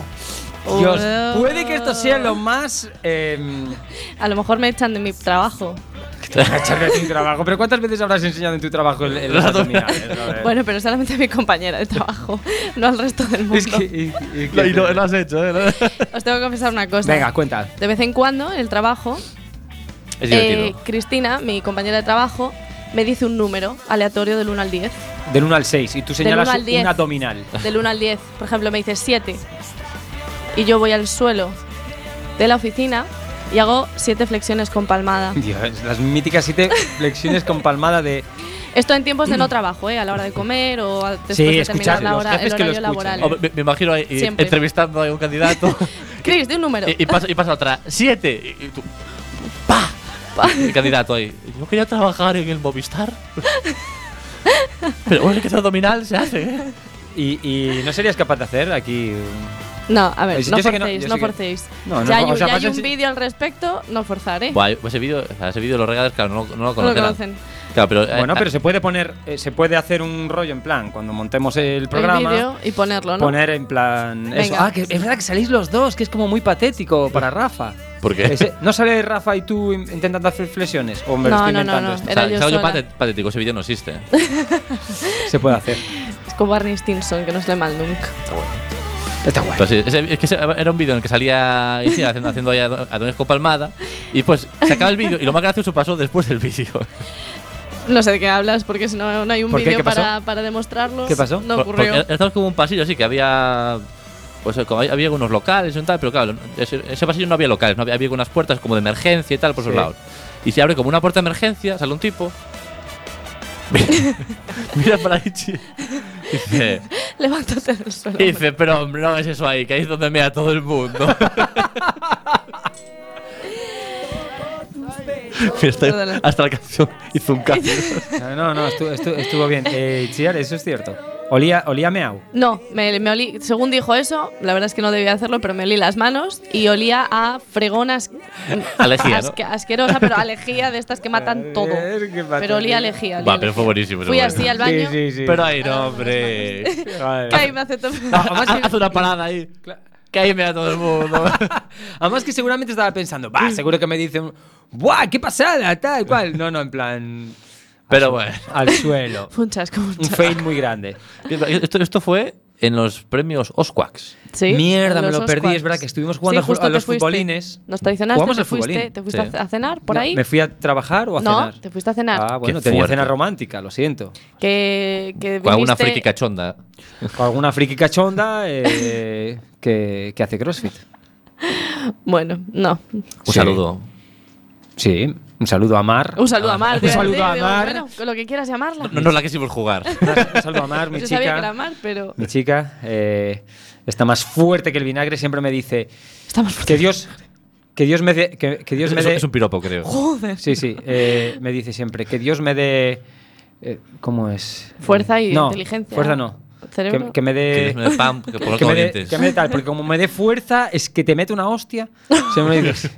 [SPEAKER 3] Dios, puede que esto sea lo más. Eh,
[SPEAKER 4] A lo mejor me echan de mi trabajo.
[SPEAKER 3] echarle a ti un trabajo. Pero ¿cuántas veces habrás enseñado en tu trabajo el, el- los abdominales? A ver.
[SPEAKER 4] Bueno, pero solamente a mi compañera de trabajo, no al resto del mundo.
[SPEAKER 3] Es que- y- y- que-
[SPEAKER 2] has hecho, ¿eh?
[SPEAKER 4] Os tengo que confesar una cosa.
[SPEAKER 3] Venga, cuenta.
[SPEAKER 4] De vez en cuando, en el trabajo,
[SPEAKER 2] Es divertido.
[SPEAKER 4] eh, Cristina, mi compañera de trabajo, me dice un número aleatorio del 1 al 10.
[SPEAKER 3] Del 1 al 6 y tú
[SPEAKER 4] uno
[SPEAKER 3] señalas
[SPEAKER 4] al diez.
[SPEAKER 3] un abdominal.
[SPEAKER 4] Del 1 al 10. Por ejemplo, me dice 7. Y yo voy al suelo de la oficina y hago 7 flexiones con palmada.
[SPEAKER 3] Dios, las míticas siete flexiones con palmada de.
[SPEAKER 4] Esto en tiempos de no trabajo, ¿eh? A la hora de comer o a- después
[SPEAKER 3] Mm. Sí,
[SPEAKER 4] de terminar
[SPEAKER 3] escuchadlo,
[SPEAKER 4] la
[SPEAKER 3] los
[SPEAKER 4] hora, el
[SPEAKER 3] jefes que lo
[SPEAKER 4] horario laboral.
[SPEAKER 3] escuchen.
[SPEAKER 2] O me, me- me imagino ahí y-
[SPEAKER 4] Eh, Siempre.
[SPEAKER 2] entrevistando a un candidato
[SPEAKER 4] Chris, di un número.
[SPEAKER 2] y, y pasa, y pasa otra. ¡Siete! Y, y tú, ¡pa!
[SPEAKER 4] Pa.
[SPEAKER 2] El candidato ahí. Yo quería trabajar en el Movistar. Pero bueno, que hacer abdominal se hace, ¿eh?
[SPEAKER 3] Y, y no serías capaz de hacer aquí.
[SPEAKER 4] No, a ver,
[SPEAKER 3] Yo
[SPEAKER 4] no
[SPEAKER 3] sé que no,
[SPEAKER 4] forcéis,
[SPEAKER 3] yo
[SPEAKER 4] no,
[SPEAKER 3] sé que-
[SPEAKER 4] forcéis.
[SPEAKER 3] No, no,
[SPEAKER 4] ya hay,
[SPEAKER 3] o sea,
[SPEAKER 4] ya
[SPEAKER 3] vas
[SPEAKER 4] hay
[SPEAKER 3] a
[SPEAKER 4] un
[SPEAKER 3] ense-
[SPEAKER 4] vídeo al respecto, no forzaré.
[SPEAKER 2] Buah, ese vídeo, pues o sea, ese vídeo de los regaders, claro, no, lo- no lo conocen.
[SPEAKER 4] Eh. conocen.
[SPEAKER 2] Claro, pero, eh,
[SPEAKER 3] Bueno, pero
[SPEAKER 2] ah,
[SPEAKER 3] se puede poner. eh, se puede hacer un rollo en plan cuando montemos el
[SPEAKER 4] El
[SPEAKER 3] programa.
[SPEAKER 4] vídeo y ponerlo, ¿no?
[SPEAKER 3] Poner en plan. Eso.
[SPEAKER 4] Venga.
[SPEAKER 3] Ah, que es verdad que salís los dos, que es como muy patético para Rafa.
[SPEAKER 2] ¿Por qué?
[SPEAKER 3] Ese- ¿No sale Rafa y tú in- intentando hacer flexiones? ¿O me lo
[SPEAKER 4] No,
[SPEAKER 3] estoy
[SPEAKER 4] no, no,
[SPEAKER 3] inventando
[SPEAKER 4] no.
[SPEAKER 3] esto?
[SPEAKER 2] o
[SPEAKER 4] era
[SPEAKER 2] sea,
[SPEAKER 4] yo
[SPEAKER 2] es algo
[SPEAKER 4] sola.
[SPEAKER 2] pate- patético, ese vídeo no existe. ¿eh?
[SPEAKER 3] Se puede hacer.
[SPEAKER 4] Es como Barney Stinson, que no se le mal nunca.
[SPEAKER 3] Está guay.
[SPEAKER 2] Pero sí, ese- es que ese- era un vídeo en el que salía Isia haciendo, haciendo ahí a Dones con palmada y pues se acaba el vídeo y lo más gracioso pasó después del vídeo.
[SPEAKER 4] No sé de qué hablas, porque si no, no hay un
[SPEAKER 3] ¿Por qué?
[SPEAKER 4] vídeo
[SPEAKER 3] ¿Qué pasó?
[SPEAKER 4] para, para demostrarlo.
[SPEAKER 3] ¿Qué pasó?
[SPEAKER 4] No
[SPEAKER 2] Por-
[SPEAKER 4] ocurrió.
[SPEAKER 2] Porque estamos como un pasillo así que había. Pues eh, como hay- había unos locales y un tal, pero claro, ese, ese pasillo no había locales, no había, había unas puertas como de emergencia y tal por sus
[SPEAKER 3] Sí.
[SPEAKER 2] lados. Y se abre como una puerta de emergencia, sale un tipo. Mira, mira para Ichi. Dice,
[SPEAKER 4] Levántate del suelo.
[SPEAKER 2] Y dice, pero hombre, no es eso ahí, que ahí es donde mea todo el mundo. Mira, hasta,
[SPEAKER 4] Perdona.
[SPEAKER 2] hasta la canción hizo un cambio.
[SPEAKER 3] No, no, no, estu- estu- estuvo, bien. Eh, Chiar, eso es cierto. Olía, olía meao.
[SPEAKER 4] No, me, me olí, según dijo eso, la verdad es que no debía hacerlo, pero me olí las manos y olía a fregonas
[SPEAKER 2] Alejía, ¿no?
[SPEAKER 4] asquerosa, pero alejía de estas que matan todo.
[SPEAKER 3] ver, qué
[SPEAKER 4] Pero olía alejía.
[SPEAKER 2] Va, pero fue buenísimo.
[SPEAKER 4] Fui
[SPEAKER 2] seguro.
[SPEAKER 4] así al baño.
[SPEAKER 3] Sí, sí, sí.
[SPEAKER 2] Pero ahí no, hombre.
[SPEAKER 3] Vale.
[SPEAKER 4] Ay, me hace
[SPEAKER 3] Ah,
[SPEAKER 4] todo.
[SPEAKER 2] Haz haz una parada ahí. Que ahí mea todo el mundo.
[SPEAKER 3] Además que seguramente estaba pensando, va, seguro que me dicen, ¡buah, qué pasada! Tal cual. No, no, en plan.
[SPEAKER 2] Pero
[SPEAKER 3] al-
[SPEAKER 2] bueno.
[SPEAKER 3] Al suelo.
[SPEAKER 4] Fue un chasco, un
[SPEAKER 3] Un
[SPEAKER 4] chasco.
[SPEAKER 3] fail muy grande.
[SPEAKER 2] esto, esto fue en los premios Osquaks.
[SPEAKER 4] Sí,
[SPEAKER 3] Mierda,
[SPEAKER 4] en
[SPEAKER 3] me
[SPEAKER 4] los
[SPEAKER 3] lo perdí,
[SPEAKER 4] Oscars.
[SPEAKER 3] es verdad que estuvimos jugando a ju-
[SPEAKER 4] justo
[SPEAKER 3] a
[SPEAKER 4] te
[SPEAKER 3] los
[SPEAKER 4] fuiste.
[SPEAKER 3] futbolines.
[SPEAKER 4] Nos traicionaste,
[SPEAKER 3] Jugamos
[SPEAKER 4] te
[SPEAKER 3] al futbolín.
[SPEAKER 4] fuiste, te fuiste
[SPEAKER 2] Sí.
[SPEAKER 4] a cenar por
[SPEAKER 3] No,
[SPEAKER 4] ahí.
[SPEAKER 3] ¿Me fui a trabajar o a
[SPEAKER 4] No,
[SPEAKER 3] cenar?
[SPEAKER 4] te fuiste a cenar.
[SPEAKER 3] Ah, pues. bueno,
[SPEAKER 2] Qué
[SPEAKER 3] tenía
[SPEAKER 2] fuerte.
[SPEAKER 3] cena romántica, lo siento.
[SPEAKER 4] Que, que
[SPEAKER 2] Con alguna
[SPEAKER 4] viniste-
[SPEAKER 2] friki cachonda.
[SPEAKER 3] Con alguna friki cachonda eh, que, que hace crossfit.
[SPEAKER 4] Bueno, no.
[SPEAKER 2] Un
[SPEAKER 3] Sí.
[SPEAKER 2] saludo.
[SPEAKER 3] Sí, un saludo a Mar.
[SPEAKER 4] Un saludo a Mar.
[SPEAKER 3] Un
[SPEAKER 4] te iba
[SPEAKER 3] saludo
[SPEAKER 4] decir,
[SPEAKER 3] a
[SPEAKER 4] digo,
[SPEAKER 3] Mar.
[SPEAKER 4] Bueno, con lo que quieras llamarla.
[SPEAKER 2] No nos la quisimos jugar.
[SPEAKER 3] Un saludo a Mar, mi
[SPEAKER 4] Yo
[SPEAKER 3] chica.
[SPEAKER 4] sabía que era Mar, pero
[SPEAKER 3] Mi chica eh, está más fuerte que el vinagre, siempre me dice
[SPEAKER 4] está más fuerte.
[SPEAKER 3] que Dios, que Dios me dé, que, que Dios me
[SPEAKER 2] Es,
[SPEAKER 3] dé,
[SPEAKER 2] es un piropo, creo.
[SPEAKER 3] sí, sí, eh, me dice siempre que Dios me dé, eh, ¿cómo es?
[SPEAKER 4] Fuerza y
[SPEAKER 3] No,
[SPEAKER 4] inteligencia.
[SPEAKER 3] Fuerza no.
[SPEAKER 4] Cerebro.
[SPEAKER 3] Que, que me
[SPEAKER 2] Que
[SPEAKER 3] dé,
[SPEAKER 2] es un spam, que por
[SPEAKER 3] que
[SPEAKER 2] los
[SPEAKER 3] me dé,
[SPEAKER 2] dientes.
[SPEAKER 3] que me dé tal, porque como me dé fuerza es que te mete una hostia. siempre me dices,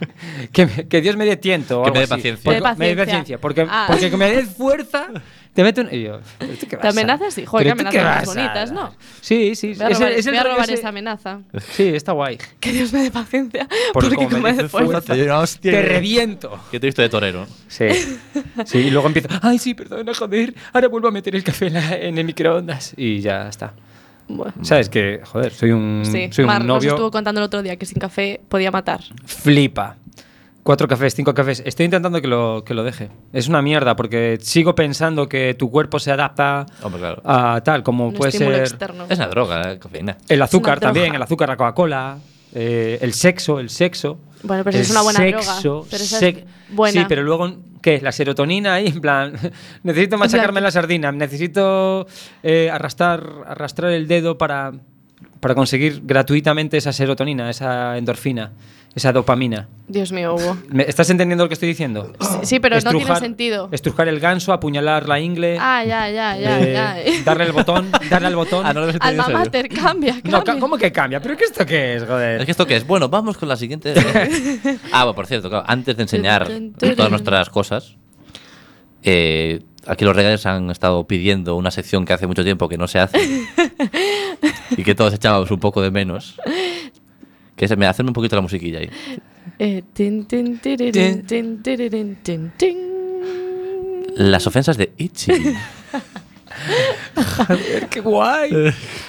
[SPEAKER 3] que, me- que Dios me dé tiento. o
[SPEAKER 2] Que me
[SPEAKER 3] algo
[SPEAKER 2] dé
[SPEAKER 3] así.
[SPEAKER 2] paciencia.
[SPEAKER 3] Porque- Me
[SPEAKER 4] Que dé
[SPEAKER 3] dé
[SPEAKER 4] paciencia.
[SPEAKER 3] paciencia. Porque,
[SPEAKER 4] Ah.
[SPEAKER 3] porque que me dé fuerza te mete un. y yo, ¿pero tú qué vas a-
[SPEAKER 4] amenazas? Sí, joder,
[SPEAKER 3] ¿pero
[SPEAKER 4] qué
[SPEAKER 3] tú qué
[SPEAKER 4] amenazas
[SPEAKER 3] vas
[SPEAKER 4] más
[SPEAKER 3] a
[SPEAKER 4] bonitas,
[SPEAKER 3] dar?
[SPEAKER 4] ¿no?
[SPEAKER 3] Sí, sí.
[SPEAKER 4] Voy a
[SPEAKER 3] es el-
[SPEAKER 4] robar,
[SPEAKER 3] es el
[SPEAKER 4] voy a
[SPEAKER 3] rollo
[SPEAKER 4] robar
[SPEAKER 3] ese-
[SPEAKER 4] esa amenaza.
[SPEAKER 3] Sí, está guay.
[SPEAKER 4] Que Dios me dé paciencia.
[SPEAKER 3] Por
[SPEAKER 4] porque
[SPEAKER 3] como me
[SPEAKER 4] como me
[SPEAKER 3] dice
[SPEAKER 4] dé fuerza.
[SPEAKER 2] Te doy una hostia.
[SPEAKER 3] Te reviento.
[SPEAKER 2] Que te he visto de torero.
[SPEAKER 3] Sí. Sí, y luego empiezo. Ay, sí, perdona, joder. Ahora vuelvo a meter el café en, la- en el microondas. Y ya está.
[SPEAKER 4] Bueno,
[SPEAKER 3] ¿Sabes que Joder, soy un,
[SPEAKER 4] sí,
[SPEAKER 3] soy un
[SPEAKER 4] Mar nos
[SPEAKER 3] novio.
[SPEAKER 4] estuvo contando el otro día que sin café podía matar.
[SPEAKER 3] Flipa. Cuatro cafés, cinco cafés. Estoy intentando que lo, que lo deje. Es una mierda porque sigo pensando que tu cuerpo se adapta
[SPEAKER 2] Hombre, claro.
[SPEAKER 3] a tal, como
[SPEAKER 4] Un
[SPEAKER 3] puede
[SPEAKER 4] estímulo
[SPEAKER 3] ser
[SPEAKER 4] externo.
[SPEAKER 2] Es una droga, eh, cafeína.
[SPEAKER 3] el azúcar
[SPEAKER 4] droga.
[SPEAKER 3] también, el azúcar, la Coca-Cola, eh, el sexo, el sexo.
[SPEAKER 4] Bueno, pero esa
[SPEAKER 3] el
[SPEAKER 4] es una buena droga,
[SPEAKER 3] sexo,
[SPEAKER 4] pero esa es
[SPEAKER 3] sec-
[SPEAKER 4] buena.
[SPEAKER 3] Sí, pero luego, ¿qué? La serotonina ahí, en plan, necesito machacarme
[SPEAKER 4] plan-
[SPEAKER 3] la sardina, necesito eh, arrastrar, arrastrar el dedo para... para conseguir gratuitamente esa serotonina, esa endorfina, esa dopamina.
[SPEAKER 4] Dios mío, Hugo.
[SPEAKER 3] ¿Me- ¿Estás entendiendo lo que estoy diciendo?
[SPEAKER 4] Sí, sí, pero no tiene sentido.
[SPEAKER 3] Estrujar el ganso, apuñalar la ingle,
[SPEAKER 4] Ah, ya, ya, ya,
[SPEAKER 3] eh,
[SPEAKER 4] ya.
[SPEAKER 3] darle el botón, darle al botón.
[SPEAKER 2] Ah, no lo he entendido
[SPEAKER 4] Alma
[SPEAKER 2] eso yo.
[SPEAKER 4] mater, cambia, cambia.
[SPEAKER 3] No, ca- ¿cómo que cambia? ¿Pero qué esto qué es, joder?
[SPEAKER 2] Es que esto qué es. Bueno, vamos con la siguiente. ah, bueno, por cierto, claro, antes de enseñar todas nuestras cosas, eh, aquí los regaders han estado pidiendo una sección que hace mucho tiempo que no se hace y que todos echábamos un poco de menos. Que es, me hacen un poquito la musiquilla ahí.
[SPEAKER 4] Eh, tin, tin, tiririn, tin, tiririn, tin, tin.
[SPEAKER 2] Las ofensas de Itchy.
[SPEAKER 3] ¡Qué guay!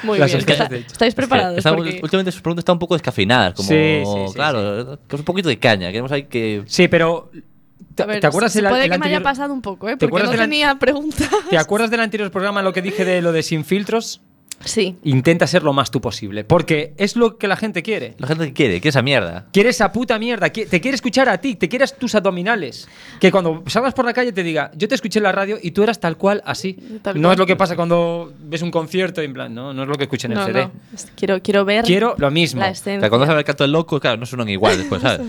[SPEAKER 4] Muy
[SPEAKER 3] Las
[SPEAKER 4] bien.
[SPEAKER 3] ofensas
[SPEAKER 4] está-
[SPEAKER 3] de hecho.
[SPEAKER 4] estáis preparados.
[SPEAKER 2] Está-
[SPEAKER 4] porque-
[SPEAKER 2] Últimamente sus preguntas están un poco descafeinadas. Como,
[SPEAKER 3] Sí, sí, sí,
[SPEAKER 2] claro, que es un poquito de caña. Queremos ahí que.
[SPEAKER 3] Sí, pero. ¿Te,
[SPEAKER 4] A ver,
[SPEAKER 3] te acuerdas
[SPEAKER 4] se
[SPEAKER 3] el,
[SPEAKER 4] puede
[SPEAKER 3] el
[SPEAKER 4] que me
[SPEAKER 3] anterior-
[SPEAKER 4] haya pasado un poco, ¿eh?
[SPEAKER 3] ¿Te
[SPEAKER 4] Porque
[SPEAKER 3] acuerdas
[SPEAKER 4] no
[SPEAKER 3] del an-
[SPEAKER 4] tenía preguntas.
[SPEAKER 3] ¿Te acuerdas del anterior programa lo que dije de lo de sin filtros?
[SPEAKER 4] Sí.
[SPEAKER 3] Intenta ser lo más tú posible, porque es lo que la gente quiere.
[SPEAKER 2] La gente que quiere, quiere esa mierda.
[SPEAKER 3] Quiere esa puta mierda, qui- te quiere escuchar a ti, te quieres tus abdominales. Que cuando salgas por la calle te diga, yo te escuché en la radio y tú eras tal cual así.
[SPEAKER 4] Tal
[SPEAKER 3] no
[SPEAKER 4] cual.
[SPEAKER 3] es lo que pasa cuando ves un concierto, en plan, no, no es lo que escuché en
[SPEAKER 4] No,
[SPEAKER 3] el CD.
[SPEAKER 4] no. Es- Quiero, quiero ver
[SPEAKER 3] Quiero lo mismo.
[SPEAKER 4] la
[SPEAKER 2] O
[SPEAKER 4] escena.
[SPEAKER 2] sea, cuando vas a ver el canto del loco, claro, no suenan igual después, ¿sabes?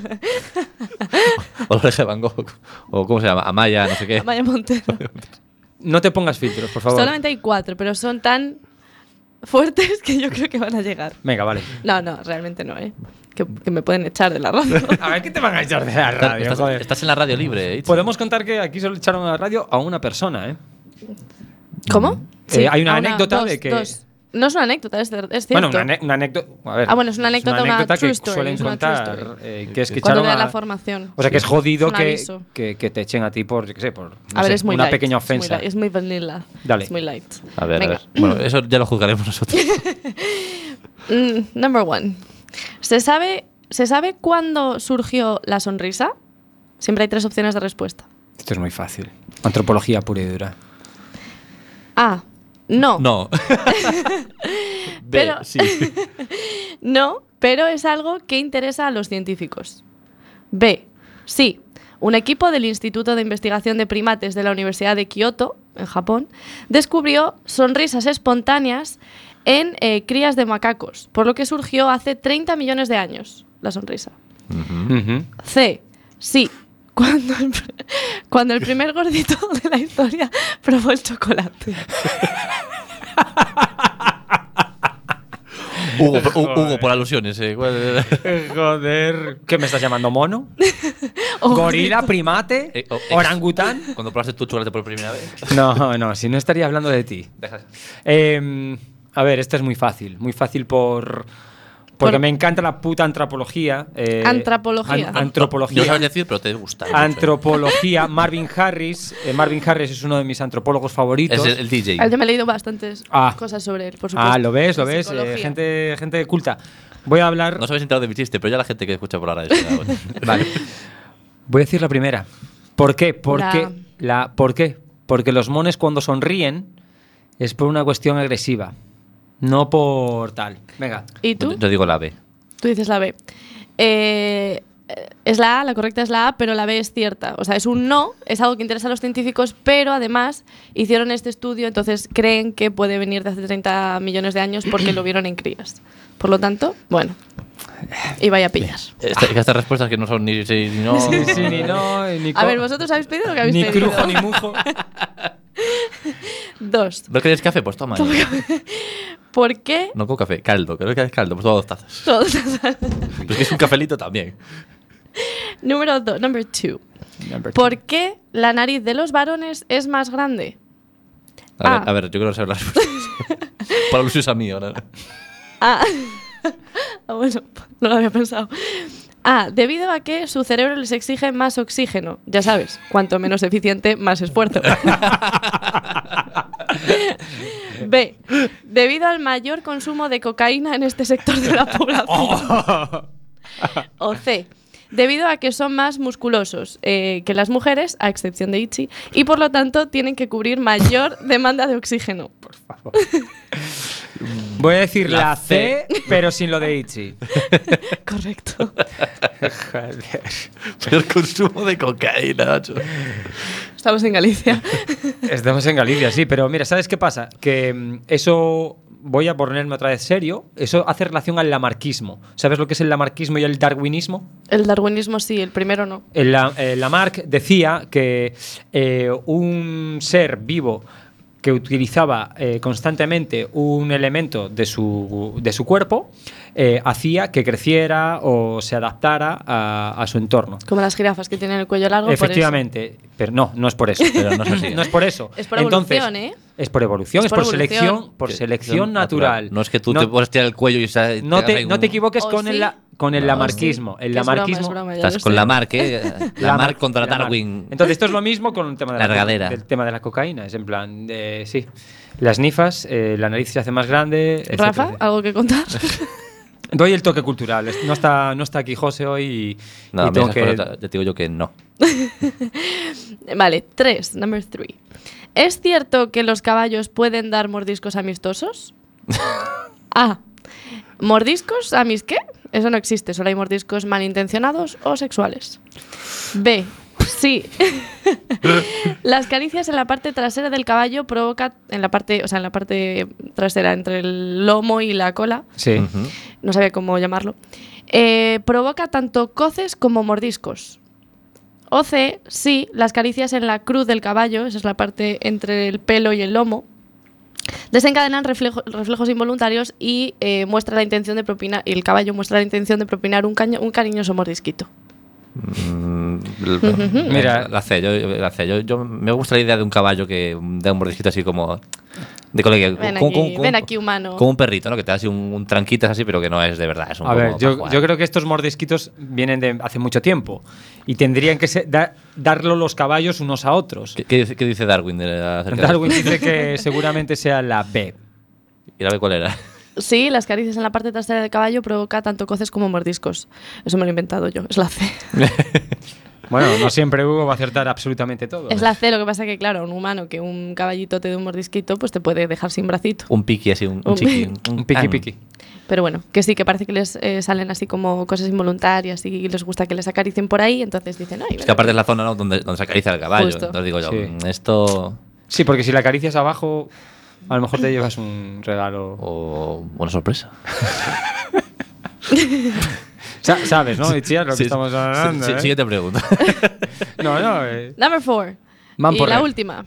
[SPEAKER 2] o los de Van Gogh, o cómo se llama, Amaya, no sé qué.
[SPEAKER 4] Amaya Montero.
[SPEAKER 3] No te pongas filtros, por favor.
[SPEAKER 4] Solamente hay cuatro, pero son tan fuertes que yo creo que van a llegar.
[SPEAKER 3] Venga, vale.
[SPEAKER 4] No, no, realmente no, ¿eh? Que, que me pueden echar de la radio.
[SPEAKER 3] A ver, ¿qué te van a echar de la
[SPEAKER 2] Estás,
[SPEAKER 3] radio?
[SPEAKER 2] estás-
[SPEAKER 3] joder?
[SPEAKER 2] estás en la radio libre, ¿eh? Itch.
[SPEAKER 3] Podemos contar que aquí solo echaron a la radio a una persona, ¿eh?
[SPEAKER 4] ¿Cómo?
[SPEAKER 3] Eh, hay una
[SPEAKER 4] a
[SPEAKER 3] anécdota
[SPEAKER 4] dos,
[SPEAKER 3] de que-
[SPEAKER 4] dos. No es una anécdota, es, cer- es cierto.
[SPEAKER 3] Bueno, una, ane- una anécdota. a ver,
[SPEAKER 4] Ah, bueno, es una anécdota, una
[SPEAKER 3] que
[SPEAKER 4] true story,
[SPEAKER 3] suelen
[SPEAKER 4] es una true
[SPEAKER 3] contar.
[SPEAKER 4] story.
[SPEAKER 3] eh, que es que
[SPEAKER 4] Cuando
[SPEAKER 3] echaron
[SPEAKER 4] te
[SPEAKER 3] a,
[SPEAKER 4] dan la formación.
[SPEAKER 3] O sea, que es jodido
[SPEAKER 4] un
[SPEAKER 3] que,
[SPEAKER 4] aviso.
[SPEAKER 3] que, que te echen a ti por, yo qué sé, por no
[SPEAKER 4] a ver,
[SPEAKER 3] sé,
[SPEAKER 4] es muy
[SPEAKER 3] una
[SPEAKER 4] light,
[SPEAKER 3] pequeña
[SPEAKER 4] es muy
[SPEAKER 3] ofensa.
[SPEAKER 4] light, Es muy, vanilla.
[SPEAKER 3] Dale.
[SPEAKER 4] Es muy light.
[SPEAKER 2] A ver, a
[SPEAKER 4] Venga.
[SPEAKER 2] ver. Bueno, eso ya lo juzgaremos nosotros.
[SPEAKER 4] Mm, number one. ¿Se sabe, ¿Se sabe cuándo surgió la sonrisa? Siempre hay tres opciones de respuesta.
[SPEAKER 3] Esto es muy fácil. Antropología pura y dura.
[SPEAKER 4] A. No.
[SPEAKER 2] No. B,
[SPEAKER 4] Pero-
[SPEAKER 2] sí.
[SPEAKER 4] No, pero es algo que interesa a los científicos. B. Sí. Un equipo del Instituto de Investigación de Primates de la Universidad de Kioto, en Japón, descubrió sonrisas espontáneas en eh, crías de macacos, por lo que surgió hace 30 millones de años la sonrisa.
[SPEAKER 3] Mm.
[SPEAKER 4] C. Sí. Cuando el, pr- cuando el primer gordito de la historia probó el chocolate.
[SPEAKER 2] Hugo, por- Hu- Hugo, por alusiones. eh, ¿cuál era?
[SPEAKER 3] Joder. ¿Qué me estás llamando? ¿Mono?
[SPEAKER 4] Oh,
[SPEAKER 3] ¿Gorila? ¿Primate?
[SPEAKER 2] Eh, oh, ex.
[SPEAKER 3] ¿Orangután?
[SPEAKER 2] Cuando probaste tu chocolate por primera vez.
[SPEAKER 3] No, no, si no estaría hablando de ti.
[SPEAKER 2] Deja-
[SPEAKER 3] Eh, a ver, esto es muy fácil. Muy fácil por. Porque
[SPEAKER 4] Por-
[SPEAKER 3] me encanta la puta antropología. eh,
[SPEAKER 4] Antropología.
[SPEAKER 3] an-
[SPEAKER 2] No sabes
[SPEAKER 3] antropología.
[SPEAKER 2] decir, pero te gusta. mucho, eh.
[SPEAKER 3] Antropología. Marvin Harris. eh, Marvin Harris es uno de mis antropólogos favoritos.
[SPEAKER 2] Es el, el DJ.
[SPEAKER 4] Al que me he leído bastantes
[SPEAKER 3] Ah.
[SPEAKER 4] cosas sobre él, por supuesto.
[SPEAKER 3] Ah, lo ves, lo
[SPEAKER 4] Y
[SPEAKER 3] ves. eh,
[SPEAKER 4] psicología.
[SPEAKER 3] gente, gente culta. Voy a hablar.
[SPEAKER 2] No sabéis enterado de mi chiste, pero ya la gente que escucha por la radio. se da cuenta.
[SPEAKER 3] Vale. Voy a decir la primera. ¿Por qué? Porque, la... ¿Por qué? Porque los mones cuando sonríen es por una cuestión agresiva. No por tal. Venga.
[SPEAKER 4] ¿Y tú?
[SPEAKER 2] Yo digo la B.
[SPEAKER 4] Tú dices la B. Eh, eh, es la A, la correcta es la A, pero la B es cierta. O sea, es un no, es algo que interesa a los científicos, pero además hicieron este estudio, entonces creen que puede venir de hace 30 millones de años porque lo vieron en crías. Por lo tanto, bueno, iba a pillar.
[SPEAKER 2] Esta- estas respuestas que no son ni sí ni no.
[SPEAKER 3] Sí, sí, ni no, eh, ni
[SPEAKER 4] A
[SPEAKER 3] co-
[SPEAKER 4] ver, ¿vosotros habéis pedido lo que habéis
[SPEAKER 3] Ni
[SPEAKER 4] pedido?
[SPEAKER 3] crujo ni mujo.
[SPEAKER 4] Dos.
[SPEAKER 2] ¿No queréis café? Pues toma.
[SPEAKER 4] ¿Por qué?
[SPEAKER 2] No con café, caldo. Creo que es caldo. Pues toma dos tazas.
[SPEAKER 4] Todos-
[SPEAKER 2] Pero es que es un cafelito también.
[SPEAKER 4] Número dos, number two. ¿Por qué la nariz de los varones es más grande?
[SPEAKER 2] A,
[SPEAKER 4] Ah.
[SPEAKER 2] ver, a ver, yo quiero saber las respuestas. Para los a mí ahora.
[SPEAKER 4] Ah, Ah, bueno, no lo había pensado. Ah, debido a que su cerebro les exige más oxígeno. Ya sabes, cuanto menos eficiente, más esfuerzo. B. Debido al mayor consumo de cocaína en este sector de la población.
[SPEAKER 3] Oh.
[SPEAKER 4] O C. Debido a que son más musculosos eh, que las mujeres, a excepción de Ichi, y por lo tanto tienen que cubrir mayor demanda de oxígeno.
[SPEAKER 3] Voy a decir la,
[SPEAKER 2] La
[SPEAKER 3] C, pero sin lo de Ichi.
[SPEAKER 4] Correcto.
[SPEAKER 2] Peor consumo de cocaína, macho.
[SPEAKER 4] Estamos en Galicia.
[SPEAKER 3] Estamos en Galicia, sí, pero mira, ¿sabes qué pasa? Que mm, eso voy a ponerme otra vez serio, eso hace relación al lamarquismo. ¿Sabes lo que es el lamarquismo y el darwinismo?
[SPEAKER 4] El darwinismo sí, el primero no.
[SPEAKER 3] El La- eh, Lamarck decía que eh, un ser vivo que utilizaba eh, constantemente un elemento de su, de su cuerpo eh, hacía que creciera o se adaptara a, a su entorno.
[SPEAKER 4] Como las jirafas que tienen el cuello largo. por eso.
[SPEAKER 3] Efectivamente, pero no, no es por eso.
[SPEAKER 2] Pero no es así.
[SPEAKER 3] es por eso.
[SPEAKER 4] Es por
[SPEAKER 3] Entonces,
[SPEAKER 4] evolución, ¿eh?
[SPEAKER 3] Es por evolución,
[SPEAKER 4] Es
[SPEAKER 3] es, por,
[SPEAKER 4] por evolución.
[SPEAKER 3] selección, por
[SPEAKER 2] Que-
[SPEAKER 3] selección natural.
[SPEAKER 2] No es que tú te puedas tirar el cuello y se-
[SPEAKER 3] no
[SPEAKER 2] hagas
[SPEAKER 3] te,
[SPEAKER 2] ahí
[SPEAKER 3] no
[SPEAKER 2] un-
[SPEAKER 3] te equivoques
[SPEAKER 4] ¿O
[SPEAKER 3] con el,
[SPEAKER 4] Oh, sí?
[SPEAKER 3] la- con el
[SPEAKER 2] No,
[SPEAKER 3] lamarquismo. El
[SPEAKER 4] Que es broma,
[SPEAKER 3] lamarquismo.
[SPEAKER 4] es broma, ya lo
[SPEAKER 2] Estás con
[SPEAKER 4] sé.
[SPEAKER 2] Lamarck, ¿eh? Lamarck contra
[SPEAKER 3] Lamarck.
[SPEAKER 2] Darwin.
[SPEAKER 3] Entonces, esto es lo mismo con el tema de
[SPEAKER 2] La
[SPEAKER 3] la,
[SPEAKER 2] regadera.
[SPEAKER 3] del tema de la cocaína. Es en plan, eh, sí. Las nifas, eh, la nariz se hace más grande. etcétera,
[SPEAKER 4] Rafa, ah.
[SPEAKER 3] etcétera.
[SPEAKER 4] ¿algo que contar?
[SPEAKER 3] Doy el toque cultural. Es- No está, no está aquí José hoy y,
[SPEAKER 2] No,
[SPEAKER 3] y
[SPEAKER 2] a mí
[SPEAKER 3] tengo
[SPEAKER 2] esas
[SPEAKER 3] que.
[SPEAKER 2] cosas te digo yo que no.
[SPEAKER 4] vale, tres, number three. ¿Es cierto que los caballos pueden dar mordiscos amistosos? A. ¿Mordiscos a mis qué? Eso no existe, solo hay mordiscos malintencionados o sexuales. B. Sí. Las caricias en la parte trasera del caballo provoca en la parte, o sea, en la parte trasera entre el lomo y la cola,
[SPEAKER 3] Sí.
[SPEAKER 2] Ujú.
[SPEAKER 4] no sabía cómo llamarlo, eh, provoca tanto coces como mordiscos. O C, sí, las caricias en la cruz del caballo, esa es la parte entre el pelo y el lomo, desencadenan reflejo- reflejos involuntarios y eh, muestra la intención de propinar, y el caballo muestra la intención de propinar un, caño- un cariñoso mordisquito.
[SPEAKER 2] Mm,
[SPEAKER 4] Ujú.
[SPEAKER 3] Mira.
[SPEAKER 2] la C, yo, la C, yo, yo- me gusta la idea de un caballo que da un mordisquito así como de colega,
[SPEAKER 4] Ven
[SPEAKER 2] como-
[SPEAKER 4] aquí,
[SPEAKER 2] como- como-
[SPEAKER 4] ven aquí, humano.
[SPEAKER 2] como un perrito, ¿no? Que te da así un, un tranquitas así, pero que no es de verdad, es un
[SPEAKER 3] A
[SPEAKER 2] poco
[SPEAKER 3] ver,
[SPEAKER 2] para
[SPEAKER 3] yo,
[SPEAKER 2] jugar.
[SPEAKER 3] yo creo que estos mordisquitos vienen de hace mucho tiempo y tendrían que se- da- darlo los caballos unos a otros.
[SPEAKER 2] ¿Qué, qué dice- qué dice Darwin de- acerca de
[SPEAKER 3] Darwin dice que seguramente sea la B.
[SPEAKER 2] esto? Y a ver cuál era.
[SPEAKER 4] Sí, las caricias en la parte trasera del caballo provoca tanto coces como mordiscos. Eso me lo he inventado yo, es la C.
[SPEAKER 3] Bueno, no siempre Hugo va a acertar absolutamente todo. ¿eh?
[SPEAKER 4] Es la C, lo que pasa que, claro, un humano que un caballito te dé un mordisquito, pues te puede dejar sin bracito.
[SPEAKER 2] Un piqui así, un, un
[SPEAKER 4] Un-
[SPEAKER 2] chiqui.
[SPEAKER 3] Un piqui
[SPEAKER 2] can.
[SPEAKER 3] piqui.
[SPEAKER 4] Pero bueno, que sí, que parece que les eh, salen así como cosas involuntarias y les gusta que les acaricien por ahí, entonces dicen,
[SPEAKER 2] Es
[SPEAKER 4] ay,
[SPEAKER 2] que
[SPEAKER 4] bueno".
[SPEAKER 2] aparte es la zona ¿no? donde, donde se acaricia el caballo.
[SPEAKER 4] Justo.
[SPEAKER 2] Entonces digo yo,
[SPEAKER 3] Sí.
[SPEAKER 2] mm, esto
[SPEAKER 3] Sí, porque si la acaricias abajo, a lo mejor te llevas un regalo.
[SPEAKER 2] o una sorpresa.
[SPEAKER 3] Sa- sabes, ¿no? Itziar, lo que
[SPEAKER 2] Sí,
[SPEAKER 3] estamos
[SPEAKER 2] sí,
[SPEAKER 3] hablando.
[SPEAKER 2] sí,
[SPEAKER 3] ¿eh?
[SPEAKER 2] Siguiente pregunta.
[SPEAKER 3] No, no. eh.
[SPEAKER 4] Number four.
[SPEAKER 3] Van
[SPEAKER 4] y
[SPEAKER 3] por
[SPEAKER 4] la
[SPEAKER 3] él.
[SPEAKER 4] última.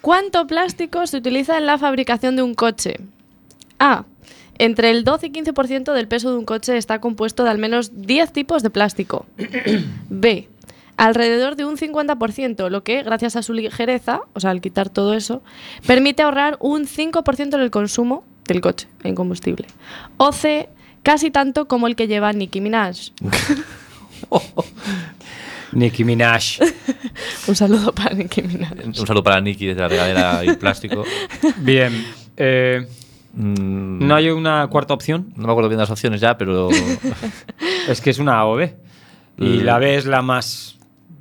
[SPEAKER 4] ¿Cuánto plástico se utiliza en la fabricación de un coche? A. Entre el 12 y 15% del peso de un coche está compuesto de al menos 10 tipos de plástico. B. Alrededor de un 50%, lo que, gracias a su ligereza, o sea, al quitar todo eso, permite ahorrar un 5% del consumo del coche en combustible. O C. Casi tanto como el que lleva Nicki Minaj.
[SPEAKER 3] Nicki Minaj.
[SPEAKER 4] Un saludo para Nicki Minaj.
[SPEAKER 2] un saludo para Nicky desde la regadera y plástico.
[SPEAKER 3] Bien. eh,
[SPEAKER 2] Mm,
[SPEAKER 3] ¿No hay una cuarta opción?
[SPEAKER 2] no me acuerdo bien de las opciones ya, pero
[SPEAKER 3] Es que es una A o B. Y
[SPEAKER 2] Mm.
[SPEAKER 3] la B es la más.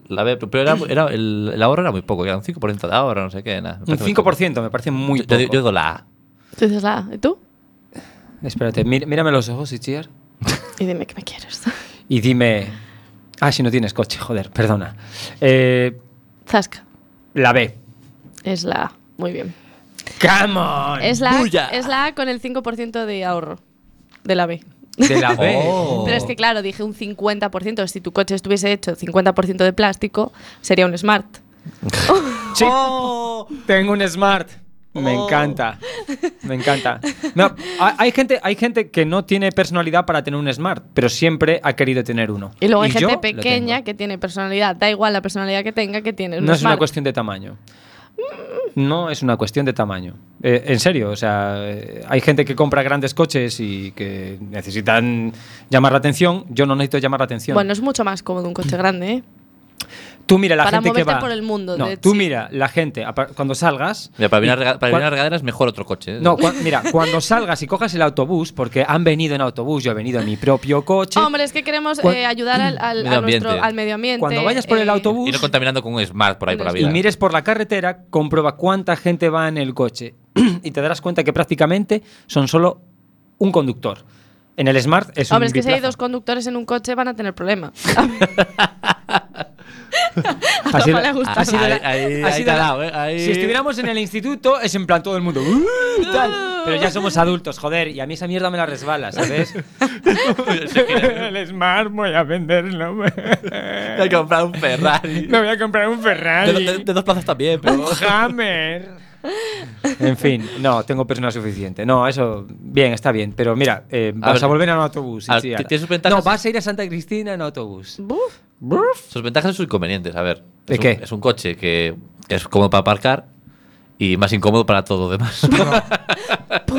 [SPEAKER 2] la ve- pero era, era- el, el ahorro era muy poco, era un 5% de ahorro, no sé qué. nada, me
[SPEAKER 3] Un
[SPEAKER 2] parece muy poco.
[SPEAKER 3] 5% me parece muy
[SPEAKER 2] Yo- yo,
[SPEAKER 3] poco.
[SPEAKER 2] digo- yo digo la A.
[SPEAKER 4] Tú dices la A. ¿Y tú?
[SPEAKER 3] Espérate, mí- mírame los ojos, Itziar.
[SPEAKER 4] Y dime que me quieres.
[SPEAKER 3] Y dime. Ah, si no tienes coche, joder, perdona. Eh,
[SPEAKER 4] Zasca.
[SPEAKER 3] la B.
[SPEAKER 4] Es la A. Muy bien.
[SPEAKER 3] ¡Come on!
[SPEAKER 4] Es la,
[SPEAKER 2] bulla.
[SPEAKER 4] A, es la A con el 5% de ahorro de la B.
[SPEAKER 3] De la B.
[SPEAKER 2] Oh.
[SPEAKER 4] Pero es que, claro, dije un 50%. Si tu coche estuviese hecho 50% de plástico, sería un smart.
[SPEAKER 3] Sí. Tengo un smart. Me encanta. Me encanta. No, ha- hay, gente, hay gente que no tiene personalidad para tener un smart, pero siempre ha querido tener uno.
[SPEAKER 4] Y luego hay
[SPEAKER 3] yo
[SPEAKER 4] gente
[SPEAKER 3] lo
[SPEAKER 4] pequeña
[SPEAKER 3] tengo.
[SPEAKER 4] que tiene personalidad. Da igual la personalidad que tenga, que tiene. un
[SPEAKER 3] No es una
[SPEAKER 4] smart.
[SPEAKER 3] cuestión de tamaño. No es una cuestión de tamaño. Eh, en serio, o sea, eh, hay gente que compra grandes coches y que necesitan llamar la atención. Yo no necesito llamar la atención.
[SPEAKER 4] Bueno, es mucho más cómodo un coche
[SPEAKER 3] Mm.
[SPEAKER 4] grande, ¿eh?
[SPEAKER 3] tú mira la
[SPEAKER 4] para
[SPEAKER 3] gente que
[SPEAKER 4] moverte
[SPEAKER 3] va.
[SPEAKER 4] por el mundo,
[SPEAKER 3] No,
[SPEAKER 4] de-
[SPEAKER 3] tú
[SPEAKER 4] sí.
[SPEAKER 3] mira la gente apa- cuando salgas.
[SPEAKER 2] Mira, para venir a
[SPEAKER 3] y-
[SPEAKER 2] rega- para venir a
[SPEAKER 3] cua-
[SPEAKER 2] regadera es mejor otro coche. ¿eh?
[SPEAKER 3] No, cua- mira, cuando salgas y cojas el autobús, porque han venido en autobús, yo he venido en mi propio coche.
[SPEAKER 4] Hombre, es que queremos
[SPEAKER 3] Cuan-
[SPEAKER 4] eh, ayudar al, al-
[SPEAKER 2] Medio
[SPEAKER 4] a nuestro-
[SPEAKER 2] ambiente.
[SPEAKER 4] al medio ambiente.
[SPEAKER 3] Cuando vayas por el
[SPEAKER 4] eh,
[SPEAKER 3] autobús-
[SPEAKER 2] Y no contaminando con un Smart por ahí por la
[SPEAKER 3] y
[SPEAKER 2] vida.
[SPEAKER 3] mires por la carretera, comprueba cuánta gente va en el coche y te darás cuenta que prácticamente son solo un conductor. En el Smart es un
[SPEAKER 4] Hombre, es que si hay
[SPEAKER 3] biplaza.
[SPEAKER 4] dos conductores en un coche van a tener problema.
[SPEAKER 3] Ha sido-
[SPEAKER 4] le ha gustado.
[SPEAKER 3] ha sido la-
[SPEAKER 2] Ah, Ahí- ahí-
[SPEAKER 3] ha
[SPEAKER 2] ahí
[SPEAKER 3] sido
[SPEAKER 2] te ha
[SPEAKER 3] la-
[SPEAKER 2] dado, ¿eh? Ahí-
[SPEAKER 3] Si estuviéramos en el instituto, es en plan todo el mundo. "Uh", tal. Pero ya somos adultos, joder, y a mí esa mierda me la resbala, ¿sabes? el Smart voy a venderlo.
[SPEAKER 2] Te he comprado un Ferrari.
[SPEAKER 3] Me voy a comprar un
[SPEAKER 2] De,
[SPEAKER 3] Ferrari.
[SPEAKER 2] de- de dos plazas también, pero.
[SPEAKER 3] Hammer. En fin, no, tengo personal suficiente. No, eso, bien, está bien. Pero mira, eh, vas
[SPEAKER 2] ver,
[SPEAKER 3] a volver en un autobús.
[SPEAKER 2] a ver,
[SPEAKER 3] Itziar.
[SPEAKER 2] ¿tienes Ah, sus ventajas?
[SPEAKER 3] No, vas a ir a Santa Cristina en autobús.
[SPEAKER 4] Buf.
[SPEAKER 2] Sus ventajas y sus inconvenientes, a ver.
[SPEAKER 3] ¿De
[SPEAKER 2] es
[SPEAKER 3] qué?
[SPEAKER 2] Un, es un coche que es cómodo para aparcar y más incómodo para todo lo demás.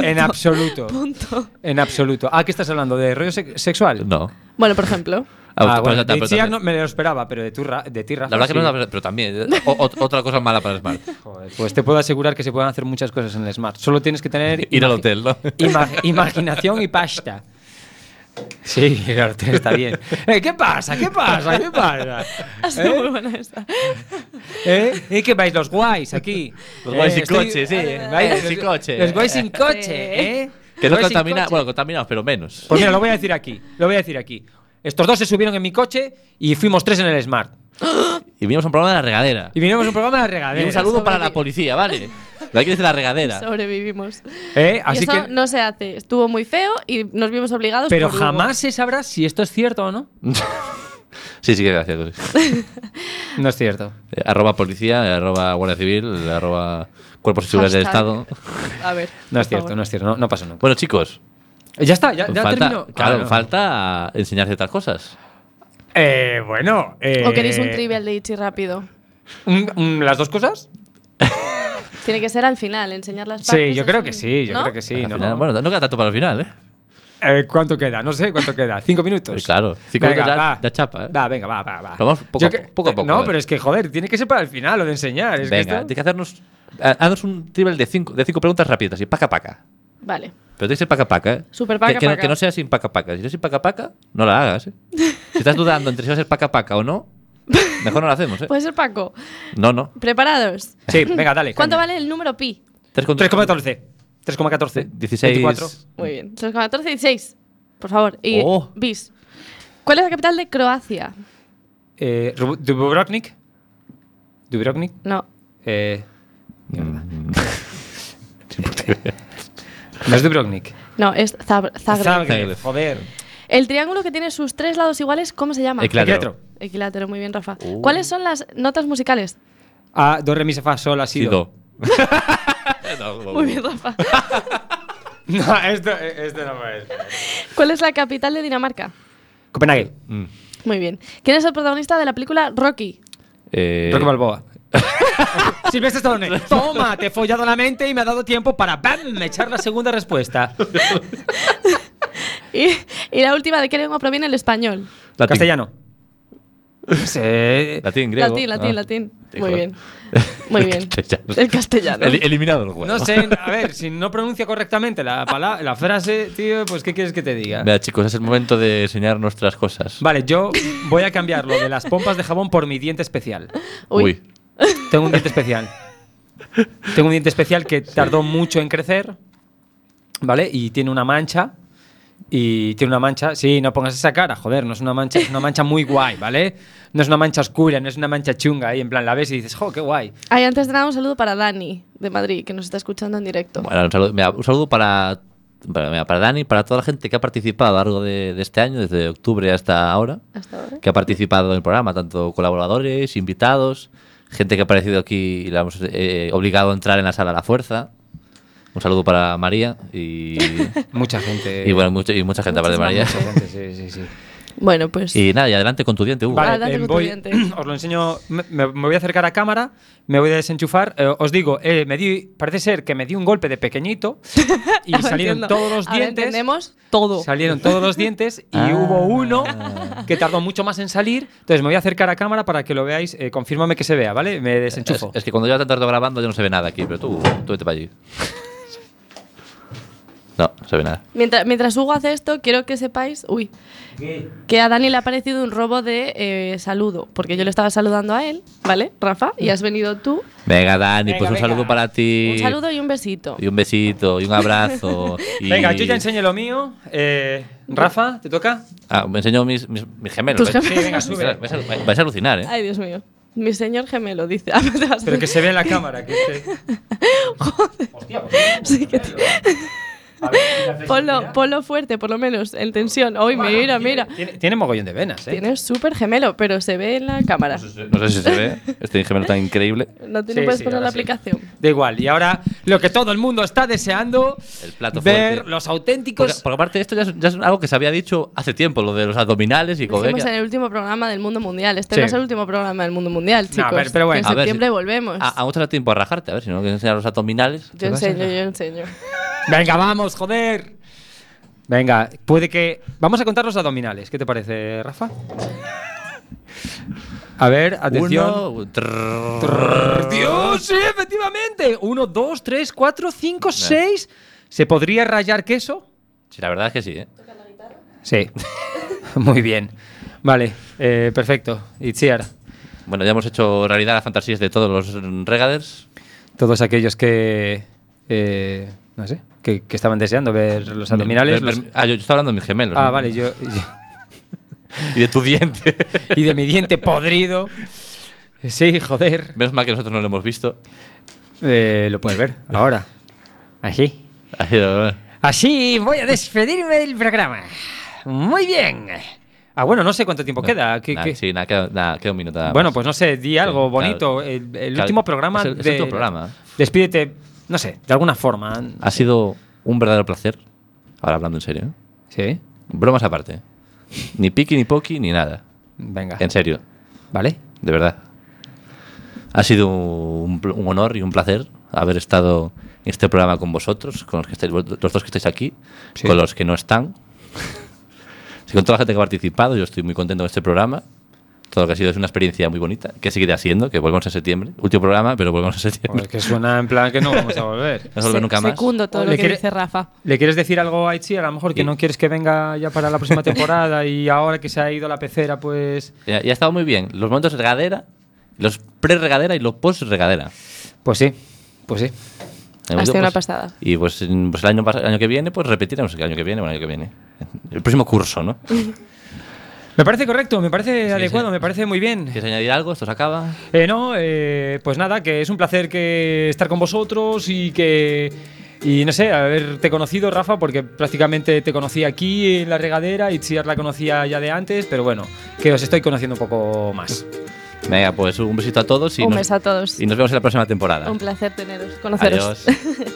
[SPEAKER 3] En absoluto.
[SPEAKER 4] Punto.
[SPEAKER 3] En absoluto. Ah, ¿qué estás hablando? ¿De rollo se- sexual?
[SPEAKER 2] no.
[SPEAKER 4] Bueno, por ejemplo.
[SPEAKER 3] Ah,
[SPEAKER 2] pues
[SPEAKER 3] bueno,
[SPEAKER 2] ya está,
[SPEAKER 3] de
[SPEAKER 2] pero
[SPEAKER 3] Itziar
[SPEAKER 2] también-
[SPEAKER 3] no me lo esperaba, pero de, tu ra- de ti, Rafa,
[SPEAKER 2] La verdad que
[SPEAKER 3] sí.
[SPEAKER 2] no, pero también. eh, o- o- otra cosa mala para el Smart.
[SPEAKER 3] Joder, pues te puedo asegurar que se pueden hacer muchas cosas en el Smart. Solo tienes que tener
[SPEAKER 2] Ir al
[SPEAKER 3] imagi-
[SPEAKER 2] hotel, ¿no?
[SPEAKER 3] ima- imaginación y pasta. Sí, ir al hotel está bien. Eh, ¿Qué pasa? ¿Qué pasa? ¿Qué pasa?
[SPEAKER 4] Ha sido muy buena esta.
[SPEAKER 3] ¿Eh? ¿Y qué vais los guays aquí?
[SPEAKER 2] Los guays sin
[SPEAKER 3] estoy-
[SPEAKER 2] coche, sí.
[SPEAKER 3] eh, vais-
[SPEAKER 2] Los sin coche.
[SPEAKER 3] Los guays sin
[SPEAKER 4] Sí.
[SPEAKER 3] coche, ¿eh?
[SPEAKER 2] Que no
[SPEAKER 3] Los guays sin
[SPEAKER 2] contamina,
[SPEAKER 3] coche.
[SPEAKER 2] bueno, contaminados, pero menos.
[SPEAKER 3] Pues mira, lo voy a decir aquí. Lo voy a decir aquí. Estos dos se subieron en mi coche y fuimos tres en el Smart.
[SPEAKER 2] Y vinimos a un programa de la regadera.
[SPEAKER 3] Y vinimos a un programa de
[SPEAKER 2] Y
[SPEAKER 3] regadera.
[SPEAKER 2] un saludo para la policía, ¿vale? Lo hay que decir la regadera.
[SPEAKER 4] Sobrevivimos.
[SPEAKER 3] ¿Eh?
[SPEAKER 4] y
[SPEAKER 3] Así
[SPEAKER 4] eso
[SPEAKER 3] que...
[SPEAKER 4] no se hace. Estuvo muy feo y nos vimos obligados.
[SPEAKER 3] Pero
[SPEAKER 4] por Hugo.
[SPEAKER 3] jamás se sabrá si esto es cierto o no.
[SPEAKER 2] Sí, sí que gracias. gracias.
[SPEAKER 3] No es cierto.
[SPEAKER 2] Eh, Arroba policía, arroba guardia civil, eh, arroba cuerpos y seguridad del
[SPEAKER 4] Hashtag.
[SPEAKER 2] Estado.
[SPEAKER 4] A ver.
[SPEAKER 3] No es
[SPEAKER 4] por
[SPEAKER 3] cierto,
[SPEAKER 4] favor.
[SPEAKER 3] no es cierto. No, no pasa nunca.
[SPEAKER 2] Bueno, chicos,
[SPEAKER 3] Ya está, ya, ya
[SPEAKER 2] falta,
[SPEAKER 3] termino.
[SPEAKER 2] claro,
[SPEAKER 3] Ah, no.
[SPEAKER 2] falta enseñar ciertas cosas.
[SPEAKER 3] Eh, bueno. eh,
[SPEAKER 4] ¿O queréis un trivial de Ichi rápido?
[SPEAKER 3] un- un- ¿Las dos cosas?
[SPEAKER 4] Tiene que ser al final, enseñar las
[SPEAKER 3] Sí,
[SPEAKER 4] partes
[SPEAKER 3] yo creo
[SPEAKER 4] así.
[SPEAKER 3] que sí, yo
[SPEAKER 4] ¿No?
[SPEAKER 3] creo que sí.
[SPEAKER 2] Al
[SPEAKER 3] ¿no?
[SPEAKER 2] final- bueno, no queda tanto para el final, ¿eh?
[SPEAKER 3] Eh, ¿Cuánto queda? No sé cuánto queda. ¿Cinco minutos?
[SPEAKER 2] Pues claro, cinco
[SPEAKER 3] Venga,
[SPEAKER 2] minutos ya-
[SPEAKER 3] va.
[SPEAKER 2] ya chapa, ¿eh?
[SPEAKER 3] Va, venga, va, va. va.
[SPEAKER 2] Vamos poco
[SPEAKER 3] Yo
[SPEAKER 2] a
[SPEAKER 3] que-
[SPEAKER 2] poco, poco a poco, a
[SPEAKER 3] No,
[SPEAKER 2] ver.
[SPEAKER 3] pero es que, joder, tiene que ser para el final lo de enseñar. Es que
[SPEAKER 2] Venga,
[SPEAKER 3] esto-
[SPEAKER 2] tienes que hacernos. ha- Haznos un trivial de cinco, de cinco preguntas rápidas y paca paca.
[SPEAKER 4] Vale.
[SPEAKER 2] Pero tiene que ser paca paca, ¿eh?
[SPEAKER 4] Súper paca,
[SPEAKER 2] que, que no-
[SPEAKER 4] paca.
[SPEAKER 2] que no sea sin paca paca. Si no es sin paca paca, no la hagas, ¿eh? Si estás dudando entre si va a ser paca paca o no, mejor no la hacemos, ¿eh?
[SPEAKER 4] Puede ser Paco.
[SPEAKER 2] no, no.
[SPEAKER 4] ¿Preparados?
[SPEAKER 3] Sí, venga, dale.
[SPEAKER 4] ¿Cuánto
[SPEAKER 3] caña.
[SPEAKER 4] vale el número pi?
[SPEAKER 3] 3,14. 3,14.
[SPEAKER 2] 16.
[SPEAKER 3] 24.
[SPEAKER 4] Muy bien. 3,14 y 16. Por favor. Y
[SPEAKER 2] Oh.
[SPEAKER 4] bis. ¿Cuál es la capital de Croacia?
[SPEAKER 3] Eh, Rub- Dubrovnik. Dubrovnik.
[SPEAKER 4] No.
[SPEAKER 3] Eh,
[SPEAKER 2] Mm,
[SPEAKER 3] no es Dubrovnik.
[SPEAKER 4] No, es Zab- Zagreb.
[SPEAKER 3] Zagreb.
[SPEAKER 2] Zagreb.
[SPEAKER 3] Joder.
[SPEAKER 4] El triángulo que tiene sus tres lados iguales, ¿cómo se llama?
[SPEAKER 2] Equilátero.
[SPEAKER 3] Equilátero.
[SPEAKER 4] Equilátero, muy bien, Rafa. ¿Cuáles son las notas musicales?
[SPEAKER 3] Ah, do, re, mi, se, fa, sol, ha
[SPEAKER 2] Sí,
[SPEAKER 3] sido.
[SPEAKER 2] do.
[SPEAKER 4] Muy bien, Rafa.
[SPEAKER 3] No, esto, esto no puede ser.
[SPEAKER 4] ¿Cuál es la capital de Dinamarca?
[SPEAKER 3] Copenhague.
[SPEAKER 4] Muy bien. ¿Quién es el protagonista de la película Rocky?
[SPEAKER 2] Eh,
[SPEAKER 3] Rocky Balboa. Silvestre Stallone. Toma, te he follado la mente y me ha dado tiempo para ¡bam! echar la segunda respuesta.
[SPEAKER 4] Y, y la última, ¿de qué lengua proviene el español?
[SPEAKER 2] latín.
[SPEAKER 3] Castellano. Sí.
[SPEAKER 2] Latín, griego. Ah.
[SPEAKER 4] Latín, latín, latín.
[SPEAKER 2] Sí,
[SPEAKER 4] Muy
[SPEAKER 2] joder.
[SPEAKER 4] bien. Muy bien.
[SPEAKER 2] Castellano.
[SPEAKER 4] El castellano.
[SPEAKER 2] Eli- eliminado el juego.
[SPEAKER 3] No sé, a ver, si no pronuncia correctamente la, pala- la frase, tío, pues ¿qué quieres que te diga?
[SPEAKER 2] Mira, chicos, es el momento de enseñar nuestras cosas.
[SPEAKER 3] Vale, yo voy a cambiar lo de las pompas de jabón por mi diente especial.
[SPEAKER 4] Uy.
[SPEAKER 3] Tengo un diente especial. Tengo un diente especial que tardó mucho en crecer, ¿vale? Y tiene una mancha. Y tiene una mancha. Sí, no pongas esa cara, joder, no es una mancha, es una mancha muy guay, ¿vale? No es una mancha oscura, no es una mancha chunga ahí, en plan la ves y dices, jo, qué guay.
[SPEAKER 4] Ay, antes de nada, un saludo para Dani, de Madrid, que nos está escuchando en directo.
[SPEAKER 2] Bueno, un saludo, mira, un saludo para, para, mira, para Dani, para toda la gente que ha participado a lo largo de, de este año, desde octubre hasta ahora,
[SPEAKER 4] Hasta ahora.
[SPEAKER 2] que ha participado en el programa, tanto colaboradores, invitados, gente que ha aparecido aquí y la hemos eh, obligado a entrar en la sala a la fuerza. Un saludo para María y,
[SPEAKER 3] Mucha gente.
[SPEAKER 2] y, bueno, mucho- y mucha gente aparte de María.
[SPEAKER 3] mucha gente, sí, sí, sí.
[SPEAKER 4] Bueno, pues.
[SPEAKER 2] Y nada, y adelante con tu diente, Hugo.
[SPEAKER 4] Ah,
[SPEAKER 3] Vale,
[SPEAKER 4] date
[SPEAKER 3] eh,
[SPEAKER 4] con tu
[SPEAKER 3] voy-
[SPEAKER 4] diente.
[SPEAKER 3] os lo enseño, me, me- me voy a acercar a cámara, me voy a desenchufar. eh, os digo, eh, me di, parece ser que me di un golpe de pequeñito y
[SPEAKER 4] Ahora
[SPEAKER 3] salieron
[SPEAKER 4] Ah, entiendo.
[SPEAKER 3] todos los
[SPEAKER 4] Ahora
[SPEAKER 3] dientes.
[SPEAKER 4] entendemos todo.
[SPEAKER 3] Salieron todos los dientes y
[SPEAKER 2] Ah.
[SPEAKER 3] hubo uno que tardó mucho más en salir. Entonces me voy a acercar a cámara para que lo veáis. Eh, confírmame que se vea, ¿vale? Me
[SPEAKER 2] Es,
[SPEAKER 3] desenchufo.
[SPEAKER 2] es que cuando yo tanto rato grabando ya no se ve nada aquí, pero tú, tú vete para allí. No, no se ve nada.
[SPEAKER 4] Mientras, mientras Hugo hace esto, quiero que sepáis uy, que a Dani le ha parecido un robo de eh, saludo, porque yo le estaba saludando a él, ¿vale, Rafa? Y has venido tú
[SPEAKER 2] Venga, Dani, pues un
[SPEAKER 3] Venga,
[SPEAKER 2] saludo
[SPEAKER 3] venga.
[SPEAKER 2] para ti.
[SPEAKER 4] Un saludo y un besito.
[SPEAKER 2] Y un besito, y un abrazo. y-
[SPEAKER 3] Venga, yo ya enseñé lo mío. Eh, Rafa, ¿te toca?
[SPEAKER 2] Ah, me enseñó mis, mis, mis gemelos.
[SPEAKER 4] Tus
[SPEAKER 2] ¿eh?
[SPEAKER 4] gemelos.
[SPEAKER 3] Sí, venga, sube.
[SPEAKER 2] Vais a, vais a- vais a alucinar, ¿eh?
[SPEAKER 4] Ay, Dios mío. Mi señor gemelo, dice. Ah, te vas a-
[SPEAKER 3] Pero que se ve en la cámara. Que este
[SPEAKER 4] Sí, que te- ponlo, ponlo fuerte, por lo menos, en tensión. Hoy, mira, mira.
[SPEAKER 3] tiene, tiene mogollón de venas, ¿eh?
[SPEAKER 4] Tienes súper gemelo, pero se ve en la cámara.
[SPEAKER 3] Pues
[SPEAKER 2] No sé si se ve este gemelo tan increíble.
[SPEAKER 4] No te
[SPEAKER 3] Sí,
[SPEAKER 4] no puedes
[SPEAKER 3] sí,
[SPEAKER 4] poner
[SPEAKER 3] ahora
[SPEAKER 4] la
[SPEAKER 3] sí.
[SPEAKER 4] aplicación.
[SPEAKER 3] Da igual. Y ahora lo que todo el mundo está deseando
[SPEAKER 2] El plato
[SPEAKER 3] ver
[SPEAKER 2] fuerte.
[SPEAKER 3] los
[SPEAKER 2] Porque,
[SPEAKER 3] auténticos.
[SPEAKER 2] porque aparte, esto ya es, ya es algo que se había dicho hace tiempo, lo de los abdominales y
[SPEAKER 4] Lo
[SPEAKER 2] comer.
[SPEAKER 4] Hicimos en el último programa del mundo mundial. Este
[SPEAKER 3] Sí.
[SPEAKER 4] no es el último programa del mundo mundial,
[SPEAKER 3] No,
[SPEAKER 4] chicos.
[SPEAKER 3] a ver, pero bueno.
[SPEAKER 4] Que
[SPEAKER 3] A
[SPEAKER 4] en
[SPEAKER 3] ver,
[SPEAKER 4] septiembre
[SPEAKER 2] si-
[SPEAKER 4] volvemos.
[SPEAKER 2] A- Aún te da tiempo a rajarte, a ver si no, que enseñar los abdominales.
[SPEAKER 4] yo enseño, yo enseño.
[SPEAKER 3] Venga, vamos, joder. Venga, puede que. Vamos a contar los abdominales. ¿Qué te parece, Rafa? A ver, atención.
[SPEAKER 2] Uno, trrr,
[SPEAKER 3] Trrr, Dios, sí, efectivamente. Uno, dos, tres, cuatro, cinco, seis. ¿Se podría rayar queso?
[SPEAKER 2] Sí, la verdad es que sí, ¿eh?
[SPEAKER 3] Sí. Muy bien. Vale, eh, perfecto. Itziar,
[SPEAKER 2] Bueno, ya hemos hecho realidad las fantasías de todos los regaders.
[SPEAKER 3] todos aquellos que. eh, no sé, que, que estaban deseando ver los abdominales.
[SPEAKER 2] Pero-
[SPEAKER 3] los-
[SPEAKER 2] pero- Ah, yo, yo estaba hablando de mis gemelos.
[SPEAKER 3] Ah,
[SPEAKER 2] ¿no?
[SPEAKER 3] vale, yo, yo-
[SPEAKER 2] Y de tu diente.
[SPEAKER 3] Y de mi diente podrido. Sí, joder.
[SPEAKER 2] Menos mal que nosotros no lo hemos visto.
[SPEAKER 3] Eh, lo puedes ver ahora. Así.
[SPEAKER 2] Así, eh,
[SPEAKER 3] Así voy a despedirme del programa. Muy bien. Ah, bueno, no sé cuánto tiempo queda. ¿Qué-
[SPEAKER 2] nada,
[SPEAKER 3] qué?
[SPEAKER 2] Sí, nada, queda, nada, queda un minuto. nada
[SPEAKER 3] Bueno,
[SPEAKER 2] más.
[SPEAKER 3] pues no sé, di
[SPEAKER 2] claro.
[SPEAKER 3] algo bonito. el el
[SPEAKER 2] Claro,
[SPEAKER 3] último programa.
[SPEAKER 2] es el- es
[SPEAKER 3] de-
[SPEAKER 2] el último programa.
[SPEAKER 3] Despídete, no sé, de alguna forma.
[SPEAKER 2] Ha sido un verdadero placer. Ahora hablando en serio. ¿eh?
[SPEAKER 3] Sí.
[SPEAKER 2] Bromas aparte. Ni piqui, ni poqui, ni nada.
[SPEAKER 3] Venga.
[SPEAKER 2] En serio.
[SPEAKER 3] Vale.
[SPEAKER 2] De verdad. Ha sido un, pl- un honor y un placer haber estado en este programa con vosotros, con los, que estáis, vos- los dos que estáis aquí,
[SPEAKER 3] Sí.
[SPEAKER 2] con los que no están. Sí, con toda la gente que ha participado, yo estoy muy contento con este programa. Todo lo que ha sido es una experiencia muy bonita, que seguirá siendo, que volvemos en septiembre. Último programa, pero volvemos en septiembre.
[SPEAKER 3] Pues que suena en plan que no vamos a volver.
[SPEAKER 2] No se vuelve
[SPEAKER 4] Se-
[SPEAKER 2] nunca más.
[SPEAKER 4] Secundo todo
[SPEAKER 3] Le
[SPEAKER 4] lo que
[SPEAKER 3] quiere-
[SPEAKER 4] dice Rafa.
[SPEAKER 3] ¿Le quieres decir algo a Itzi? A lo mejor que
[SPEAKER 2] Sí.
[SPEAKER 3] no quieres que venga ya para la próxima temporada y ahora que se ha ido a la pecera, pues.
[SPEAKER 2] Ya, ya ha estado muy bien. Los momentos de regadera, los pre-regadera y los post-regadera.
[SPEAKER 3] Pues sí. Pues sí.
[SPEAKER 2] Me
[SPEAKER 4] Ha
[SPEAKER 2] gusta,
[SPEAKER 4] sido una
[SPEAKER 2] pues,
[SPEAKER 4] pasada.
[SPEAKER 2] Y pues, mm, pues el, año, pas- el año que viene, pues repetiremos el año que viene, bueno, el año que viene. El próximo curso, ¿no?
[SPEAKER 4] Mm.
[SPEAKER 3] Me parece correcto, me parece adecuado,
[SPEAKER 2] sí.
[SPEAKER 3] me parece muy bien.
[SPEAKER 2] ¿Quieres añadir algo? Esto se acaba.
[SPEAKER 3] Eh, no, eh, pues nada, que es un placer que estar con vosotros y que. Y no sé, haberte conocido, Rafa, porque prácticamente te conocí aquí en la regadera y Chiar la conocía ya de antes, pero bueno, que os estoy conociendo un poco más.
[SPEAKER 2] Venga, pues un besito a todos y,
[SPEAKER 4] Un
[SPEAKER 2] nos,
[SPEAKER 4] beso a todos.
[SPEAKER 2] y nos vemos en la próxima temporada.
[SPEAKER 4] Un placer teneros, conoceros.
[SPEAKER 2] Adiós.